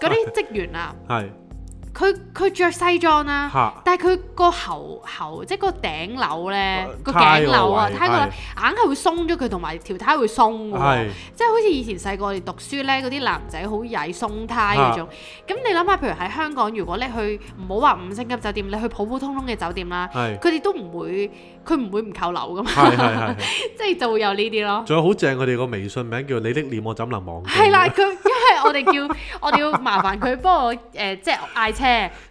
Speaker 3: 嗰啲職員啊，
Speaker 1: 係
Speaker 3: 佢佢著西裝啦、
Speaker 1: 嚇
Speaker 3: 但係佢個喉喉即係個頂鈕咧，個
Speaker 1: 呃胎
Speaker 3: 頸鈕啊，
Speaker 1: 位
Speaker 3: 睇個
Speaker 1: 係
Speaker 3: 硬係會鬆咗佢，同埋條胎會鬆嘅喎
Speaker 1: 係。
Speaker 3: 即係好似以前細個我哋讀書咧，嗰啲男仔好曳鬆胎嗰種。咁你諗下，譬如喺香港，如果你去唔好話五星級酒店，你去普普通通嘅酒店啦，
Speaker 1: 係
Speaker 3: 佢哋都唔會，佢唔會唔扣樓噶嘛。
Speaker 1: 係係係，
Speaker 3: 即係就會有呢啲咯。
Speaker 1: 仲有好正佢哋個微信名叫你的臉我怎能忘記？
Speaker 3: 係啦，佢因為我哋叫我哋要麻煩佢幫我誒、即係嗌車，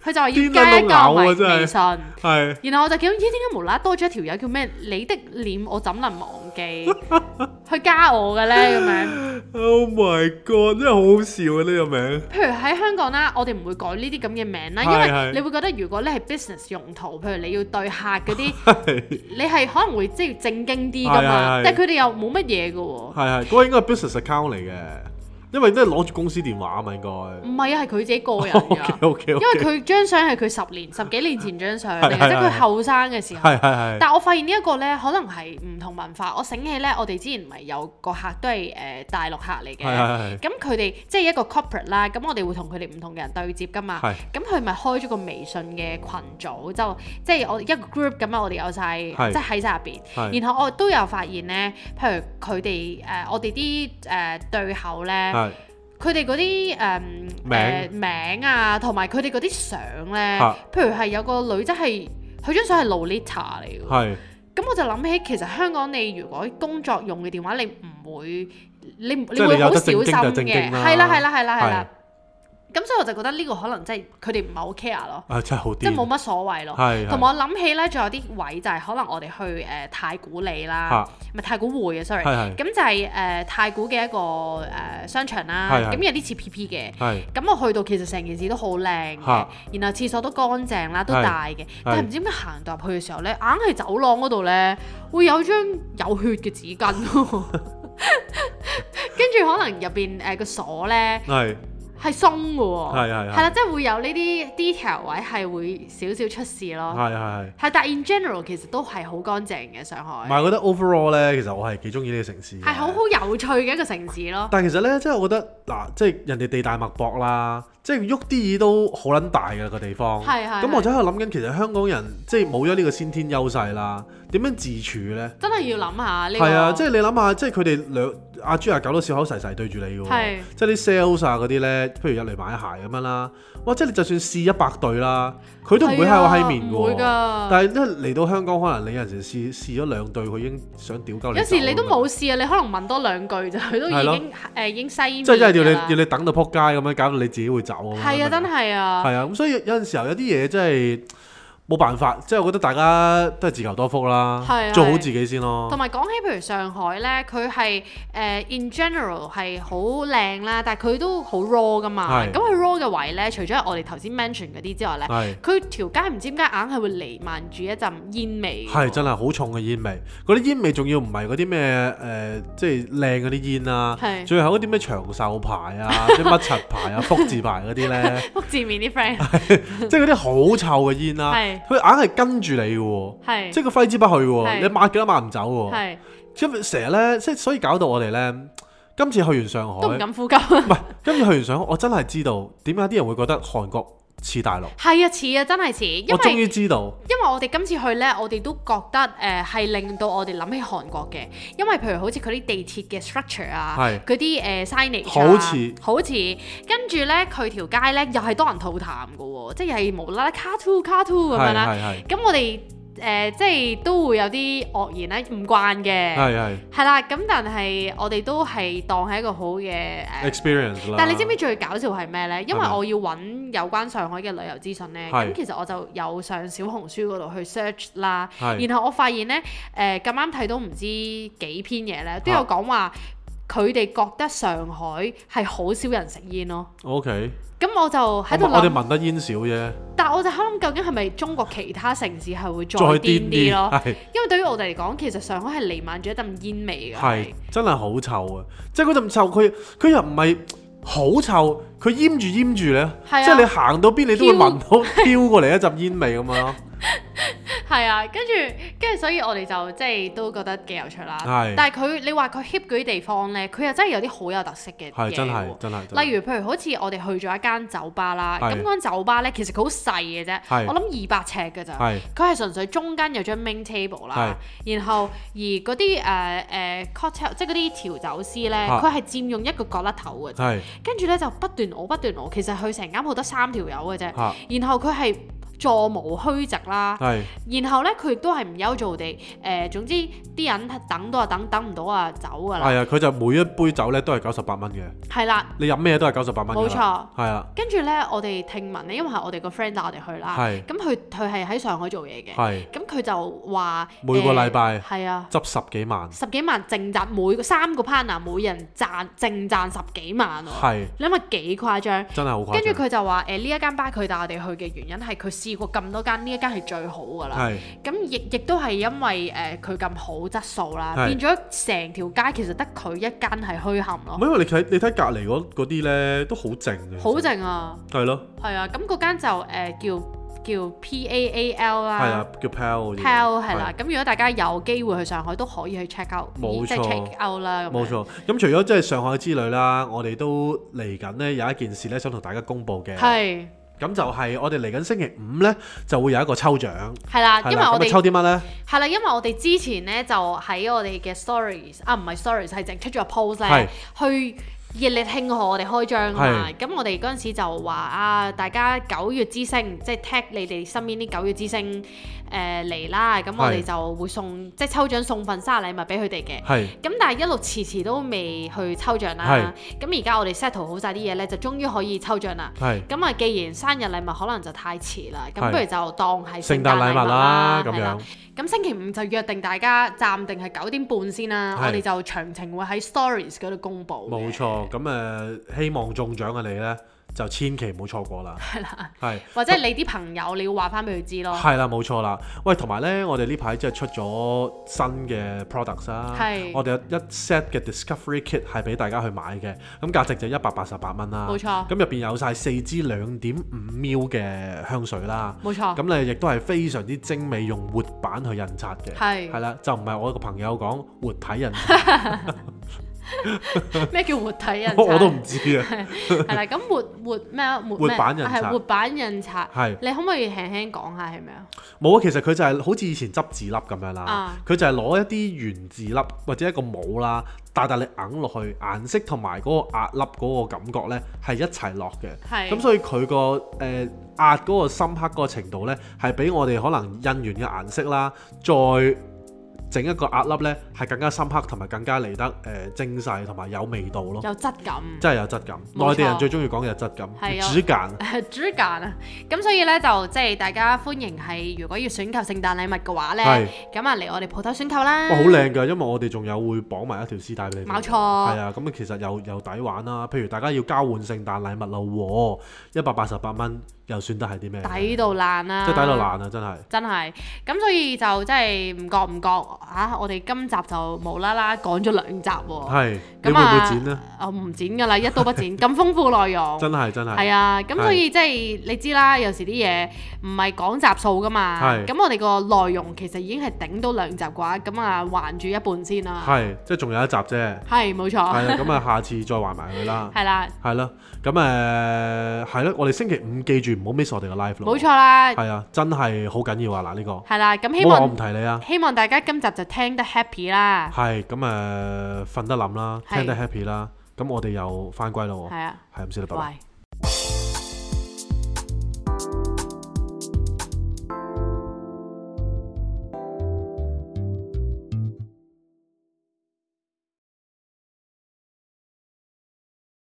Speaker 3: 佢就話要
Speaker 1: 癲
Speaker 3: 加
Speaker 1: 撚到
Speaker 3: 一個
Speaker 1: 嘔啊
Speaker 3: 微
Speaker 1: 真係
Speaker 3: 微信。
Speaker 1: 係。
Speaker 3: 然後我就見到咦，點解無啦啦多咗一條友叫咩？你的臉我怎能忘 記？去加我嘅咧咁樣。
Speaker 1: Oh my god！真係好好笑啊呢個名。
Speaker 3: 譬如喺香港啊啦，我哋唔會改呢啲咁嘅名啦，因
Speaker 1: 係係
Speaker 3: 為你會覺得如果你係 business 用途，譬如你要對客 嗰啲，
Speaker 1: 係
Speaker 3: 你係可能會即係正經啲噶
Speaker 1: 係係
Speaker 3: 嘛
Speaker 1: 係。
Speaker 3: 但係佢哋又冇乜嘢嘅喎。
Speaker 1: 係係，嗰個應該係 business account 嚟嘅，因為都係攞住公司電話啊嘛，應該。
Speaker 3: 唔係啊，係佢自己個 人㗎。
Speaker 1: O K
Speaker 3: 因
Speaker 1: O
Speaker 3: 為
Speaker 1: K。
Speaker 3: 佢張相係佢十年、十幾年前張相嚟
Speaker 1: 係係
Speaker 3: 嘅，即係
Speaker 1: 係
Speaker 3: 佢後生嘅時候。
Speaker 1: 係係係。
Speaker 3: 但我發現呢一個呢，可能係唔同文化。我醒起呢，我哋之前咪有個客都係誒、呃大陸客
Speaker 1: 係
Speaker 3: 嚟嘅，
Speaker 1: 係係。
Speaker 3: 咁佢哋即係一個 corporate 啦，咁我哋會同佢哋唔同嘅人對接噶嘛
Speaker 1: 係。
Speaker 3: 咁佢咪開咗個微信嘅群組，就即係我一個 group 咁啊，我哋有晒，
Speaker 1: 係
Speaker 3: 即係喺晒入邊。
Speaker 1: 係
Speaker 3: 然後我都有發現呢，譬如佢哋誒我哋啲誒對口啊呢，
Speaker 1: 係
Speaker 3: 佢哋嗰啲誒誒名啊，同埋佢哋嗰啲相
Speaker 1: 嚇
Speaker 3: 呢，譬如係有個女仔係佢張相係 Lolita 嚟嘅喎。
Speaker 1: 係
Speaker 3: 咁我就諗起，其實香港你如果工作用嘅電話，你唔會，你唔
Speaker 1: 即
Speaker 3: 你
Speaker 1: 係
Speaker 3: 會
Speaker 1: 你有
Speaker 3: 好
Speaker 1: 得
Speaker 3: 小
Speaker 1: 正
Speaker 3: 心
Speaker 1: 經就正
Speaker 3: 嘅，
Speaker 1: 經啦
Speaker 3: 係啦係啦係啦係
Speaker 1: 係
Speaker 3: 啦。咁所以我就覺得呢個可能即係佢哋唔係好 care 咯，
Speaker 1: 啊，真係好
Speaker 3: 即係冇
Speaker 1: 癲。
Speaker 3: 乜所謂咯。
Speaker 1: 係
Speaker 3: 同埋我諗起咧，仲有啲位就係可能我哋去誒太古里啦，
Speaker 1: 嚇
Speaker 3: 唔係太古匯嘅，sorry。
Speaker 1: 係係
Speaker 3: 咁就係誒太古嘅一個誒商場啦
Speaker 1: 係，係
Speaker 3: 咁有啲似 PP 嘅。
Speaker 1: 係
Speaker 3: 咁我去到其實成件事都好靚嘅，
Speaker 1: 嚇
Speaker 3: 然後廁所都乾淨啦，都
Speaker 1: 係
Speaker 3: 大嘅。但係唔知點解行到入去嘅時候咧，硬係走廊嗰度咧會有張有血嘅紙巾喎 跟住可能入邊呃誒個鎖咧
Speaker 1: 係
Speaker 3: 係鬆嘅喎，
Speaker 1: 係係係
Speaker 3: 啦，即係會有呢啲 detail 位係會少少出事咯。
Speaker 1: 係係。
Speaker 3: 係，但係 in general 其實都係好乾淨嘅上
Speaker 1: 唔
Speaker 3: 海，
Speaker 1: 係，我覺得 overall 咧，其實我係幾中意呢個城市。
Speaker 3: 係好。好有趣嘅一個城市咯。
Speaker 1: 但係其實咧，即係我覺得嗱，即係人哋地大物博啦，即係喐啲嘢都好撚大嘅個地方。
Speaker 3: 係係
Speaker 1: 咁
Speaker 3: 係
Speaker 1: 我就喺度諗緊，其實香港人即係冇咗呢個先天優勢啦，點樣自處呢？
Speaker 3: 真係要諗下呢個。
Speaker 1: 係啊，即係你諗下，即係佢哋兩阿豬阿狗都笑口噬噬對住你嘅喎
Speaker 3: 係，
Speaker 1: 即係啲 sales 啊嗰啲呢，譬如入嚟買鞋咁樣啦，哇！即係你就算試一百對啦，佢都唔會
Speaker 3: 係
Speaker 1: 喺我
Speaker 3: 啊
Speaker 1: 閪面嘅
Speaker 3: 唔會
Speaker 1: 喎。
Speaker 3: 㗎
Speaker 1: 但係咧嚟到香港，可能你有陣時試試咗兩對，佢已經想屌鳩你走咁樣。
Speaker 3: 有時你都冇試啊，你可能問多兩句就佢都
Speaker 1: 係咯
Speaker 3: 已經誒已經西面
Speaker 1: 即係真係要你
Speaker 3: 㗎啦
Speaker 1: 要你等到撲街咁樣，搞到你自己會走咁樣。
Speaker 3: 係啊，真係啊，
Speaker 1: 係啊，咁所以有陣時候有啲嘢真係冇辦法，即係我覺得大家都係自求多福啦
Speaker 3: 係，啊
Speaker 1: 做好自己先咯
Speaker 3: 同。埋講起譬如上海咧，佢係誒 in general 係好靚啦，但係佢都好 raw 噶嘛。
Speaker 1: 係
Speaker 3: 咁佢 raw 嘅位咧，除咗係我哋頭先 mention 嗰啲之外咧，
Speaker 1: 係
Speaker 3: 佢條街唔知點解硬係會瀰漫住一陣煙味。
Speaker 1: 係真係好重嘅煙味，嗰啲煙味仲要唔係嗰啲咩誒，即係靚嗰啲煙啊，
Speaker 3: 係
Speaker 1: 最後嗰啲咩長壽牌 啊、啲乜柒牌啊、福字牌嗰啲咧，
Speaker 3: 福字面啲 friend
Speaker 1: 即係嗰啲好臭嘅煙啦，
Speaker 3: 係
Speaker 1: 佢硬係跟住你嘅喎，
Speaker 3: 係
Speaker 1: 即係佢揮之不去嘅喎，
Speaker 3: 係
Speaker 1: 你抹幾多抹唔走嘅喎。
Speaker 3: 係
Speaker 1: 因為成日咧，即係所以搞到我哋咧，今次去完上海，
Speaker 3: 都唔
Speaker 1: 唔
Speaker 3: 敢呼吸。
Speaker 1: 係今次去完上海，我真係知道點解啲人會覺得韓國似大陸。
Speaker 3: 係啊，似啊，真係似，因
Speaker 1: 我終
Speaker 3: 為
Speaker 1: 於知道，
Speaker 3: 因為我哋今次去呢，我哋都覺得誒係、令到我哋諗起韓國嘅，因為譬如好似佢啲地鐵嘅 structure 啊
Speaker 1: 係，
Speaker 3: 嗰啲誒 signage 啊
Speaker 1: 好似
Speaker 3: 好似，跟住呢，佢條街呢又係多人吐痰嘅喎，即係係無啦啦 car two car two 咁樣
Speaker 1: 係
Speaker 3: 啦，
Speaker 1: 係係
Speaker 3: 咁我哋誒、呃即係都會有啲愕然咧，唔慣嘅，
Speaker 1: 係係
Speaker 3: 係啦，咁但係我哋都係當係一個好嘅誒。呃
Speaker 1: experience 啦。
Speaker 3: 但係你知唔知最搞笑係咩呢？因為
Speaker 1: 係咪
Speaker 3: 我要揾有關上海嘅旅遊資訊呢，
Speaker 1: 係
Speaker 3: 咁其實我就有上小紅書嗰度去 search 啦。
Speaker 1: 係
Speaker 3: 然後我發現呢，誒咁啱睇到唔知幾篇嘢呢，都有講話佢哋覺得上海係好少人食煙咯。
Speaker 1: OK？
Speaker 3: 咁我就喺度
Speaker 1: 我我哋
Speaker 3: 諗，
Speaker 1: 聞得煙少啫，
Speaker 3: 但我就喺度諗究竟係咪中國其他城市係會再
Speaker 1: 再癲
Speaker 3: 癲啲
Speaker 1: 啲
Speaker 3: 咯？
Speaker 1: 係
Speaker 3: 因為對於我哋嚟講，其實上海係瀰漫住一陣煙味㗎。
Speaker 1: 係真係好臭啊！即係嗰陣臭，佢佢又唔係好臭，佢淹住淹住咧，
Speaker 3: 係啊
Speaker 1: 即係你行到邊你都會
Speaker 3: 飄
Speaker 1: 聞到飄過嚟一陣煙味咁 樣咯。
Speaker 3: 係啊，跟住跟住，所以我哋就即係都覺得幾有趣啦。
Speaker 1: 係
Speaker 3: 但係佢你話佢 hip 嗰啲地方咧，佢又真係有啲好有特色嘅嘢
Speaker 1: 係真係
Speaker 3: 喎。
Speaker 1: 真係。真係
Speaker 3: 例如譬如好似我哋去咗一間酒吧啦，
Speaker 1: 係
Speaker 3: 咁嗰間酒吧咧其實佢好細嘅啫
Speaker 1: 係，
Speaker 3: 我諗二百尺嘅咋。
Speaker 1: 係
Speaker 3: 佢係純粹中間有張 main table 啦，然後而嗰啲誒誒 cocktail 即係嗰啲調酒師咧，
Speaker 1: 啊
Speaker 3: 佢係佔用一個角落頭嘅啫。
Speaker 1: 係
Speaker 3: 跟住咧就不斷熬不斷熬，其實佢成間鋪得三條友嘅啫。
Speaker 1: 嚇
Speaker 3: 然後佢係座無虛席啦。
Speaker 1: 係
Speaker 3: 然後咧，佢亦都係唔憂做地，誒、總之啲人等到啊等，等唔到啊走㗎啦，
Speaker 1: 係啊！佢就每一杯酒咧都係九十八蚊嘅，
Speaker 3: 係啦，
Speaker 1: 你飲咩都係九十八蚊㗎
Speaker 3: 冇
Speaker 1: 啦。
Speaker 3: 錯。
Speaker 1: 係啊，
Speaker 3: 跟住咧，我哋聽聞咧，因為係我哋個 friend 帶我哋去啦，
Speaker 1: 係
Speaker 3: 咁佢佢係喺上海做嘢嘅，
Speaker 1: 係
Speaker 3: 咁佢就話
Speaker 1: 每個禮拜
Speaker 3: 誒係啊，
Speaker 1: 執十幾萬，
Speaker 3: 十幾萬淨賺每個三個 partner 每人賺淨賺十幾萬喎、
Speaker 1: 係
Speaker 3: 你諗下幾誇張？
Speaker 1: 真係好
Speaker 3: 跟
Speaker 1: 誇
Speaker 3: 住
Speaker 1: 張。
Speaker 3: 佢就話誒呢一間巴佢帶我哋去嘅原因係佢試過咁多間，呢一間係最好㗎啦。
Speaker 1: 係
Speaker 3: 咁亦亦都係因為誒佢咁好質素啦，
Speaker 1: 係
Speaker 3: 變咗成條街其實得佢一間係虛冚
Speaker 1: 唔
Speaker 3: 咯，
Speaker 1: 係因為你睇你睇隔離嗰嗰啲咧都好靜嘅，
Speaker 3: 好靜啊，
Speaker 1: 係咯，
Speaker 3: 係啊，咁嗰間就誒、呃叫叫 P A A L
Speaker 1: 係
Speaker 3: 啦
Speaker 1: 啊，叫 Pal 嗰啲
Speaker 3: ，Pal 係啦，咁如果大家有機會去上海都可以去 check out，
Speaker 1: 冇
Speaker 3: 即係
Speaker 1: 錯
Speaker 3: check out 啦，咁樣
Speaker 1: 冇，錯，咁除咗即係上海之旅啦，我哋都嚟緊呢有一件事呢想同大家公佈嘅，
Speaker 3: 係
Speaker 1: 咁就係我哋嚟緊星期五呢就會有一個抽獎，
Speaker 3: 係啦，
Speaker 1: 係
Speaker 3: 因為
Speaker 1: 啦，
Speaker 3: 我
Speaker 1: 咁啊抽
Speaker 3: 哋
Speaker 1: 啲乜呢？
Speaker 3: 係啦，因為我哋之前咧就喺我哋嘅 stories 啊，唔係 stories 係淨出咗個 post 咧
Speaker 1: 係
Speaker 3: 去。熱烈慶賀我哋開張啊嘛！咁我哋嗰陣時就話啊，大家九月之星，即係 tag 你哋身邊啲九月之星誒嚟啦，咁我
Speaker 1: 係
Speaker 3: 哋就會送即係抽獎送份生日禮物俾佢哋嘅。
Speaker 1: 係
Speaker 3: 咁但係一路遲遲都未去抽獎啦。咁而家我哋 settle 好晒啲嘢呢，就終於可以抽獎啦。
Speaker 1: 係
Speaker 3: 咁啊，既然生日禮物可能就太遲啦，咁
Speaker 1: 係
Speaker 3: 不如就當係聖
Speaker 1: 聖誕
Speaker 3: 誕禮
Speaker 1: 禮
Speaker 3: 物
Speaker 1: 物啦
Speaker 3: 啦，
Speaker 1: 咁
Speaker 3: 係啦
Speaker 1: 樣，。
Speaker 3: 咁星期五就約定大家暫定係九點半先啦，
Speaker 1: 係
Speaker 3: 我哋就詳情會喺 Stories 嗰度公佈。
Speaker 1: 冇。錯，咁誒、呃希望中獎嘅你呢，就千祈唔好錯過 啦，係啦，係。
Speaker 3: 或者你啲朋友，你要話翻俾佢知咯。
Speaker 1: 係啦，冇錯啦。喂，同埋呢，我哋呢排即係出咗新嘅 products 啦。
Speaker 3: 係
Speaker 1: 我哋有一 set 嘅 Discovery Kit 係俾大家去買嘅，咁價值就一百八十八蚊啦。
Speaker 3: 冇錯
Speaker 1: 咁入邊有晒四支兩點五 ml 嘅香水啦。
Speaker 3: 冇錯，
Speaker 1: 咁你亦都係非常之精美，用活版去印刷嘅。
Speaker 3: 係
Speaker 1: 係啦，就唔係我個朋友講活體印刷。
Speaker 3: 咩叫活體印刷？
Speaker 1: 我 我都唔知啊。
Speaker 3: 係啦，咁活活咩啊活
Speaker 1: 活
Speaker 3: 咩
Speaker 1: 版印刷
Speaker 3: 係活版印刷。
Speaker 1: 係
Speaker 3: 你可唔可以輕輕講下係咪啊？
Speaker 1: 冇啊，其實佢就係好似以前執字粒咁樣啦
Speaker 3: 啊，
Speaker 1: 佢、就係攞一啲原字粒或者一個帽啦，大大力硬落去，顏色同埋嗰個壓粒嗰個感覺呢係一齊落嘅，
Speaker 3: 係
Speaker 1: 咁所以佢個誒壓嗰個深刻嗰個程度呢，係比我哋可能印完嘅顏色啦，再整一個壓粒呢，係更加深刻同埋更加嚟得誒、呃精細同埋有味道咯，
Speaker 3: 有質感。
Speaker 1: 真係有質感。
Speaker 3: 冇錯
Speaker 1: 內地人最中意講嘅係質感，
Speaker 3: 係啊
Speaker 1: 主間
Speaker 3: 主揀啊，咁所以咧就即係大家歡迎係，如果要選購聖誕禮物嘅話咧
Speaker 1: 係，
Speaker 3: 咁啊嚟我哋鋪頭選購啦。
Speaker 1: 哇，好靚㗎，因為我哋仲有會綁埋一條絲帶俾你哋。
Speaker 3: 冇錯
Speaker 1: 係啊，咁其實又又抵玩啦。譬如大家要交換聖誕禮物啦喎，一百八十八蚊又算得係啲咩？
Speaker 3: 抵啊到爛啦，
Speaker 1: 即係抵到爛啊！真係
Speaker 3: 真係，咁所以就真係唔覺唔覺啊！我哋今集就無啦啦講咗兩集喎、
Speaker 1: 係，你會
Speaker 3: 哦咁
Speaker 1: 唔會
Speaker 3: 啊，
Speaker 1: 剪呢？
Speaker 3: 我唔剪㗎啦，一刀不剪，咁豐富內容。
Speaker 1: 真係真係
Speaker 3: 哦係啊，咁所以即係你知啦，有時啲嘢唔係講集數㗎嘛。
Speaker 1: 係
Speaker 3: 咁我哋個內容其實已經係頂到兩集嘅話，咁啊還住一半先啦。
Speaker 1: 係，即係仲有一集啫。
Speaker 3: 係冇
Speaker 1: 係
Speaker 3: 錯，
Speaker 1: 啦，咁啊，下次再還埋佢啦。
Speaker 3: 哦 係啦，
Speaker 1: 係啦，咁誒係啦，我哋星期五記住唔好 miss 我哋嘅 live 咯。
Speaker 3: 冇錯啦，
Speaker 1: 係啊，真係好緊要啊！嗱，呢個唔
Speaker 3: 係啦。咁希
Speaker 1: 好話我唔
Speaker 3: 望
Speaker 1: 提你啊。
Speaker 3: 希望大家今集就聽得 happy 啦。
Speaker 1: 係咁誒，瞓得冧啦，
Speaker 3: 係
Speaker 1: 聽得 happy 啦，咁我哋又翻歸啦喎。
Speaker 3: 係啊，
Speaker 1: 係咁先啦，拜拜
Speaker 3: 喂。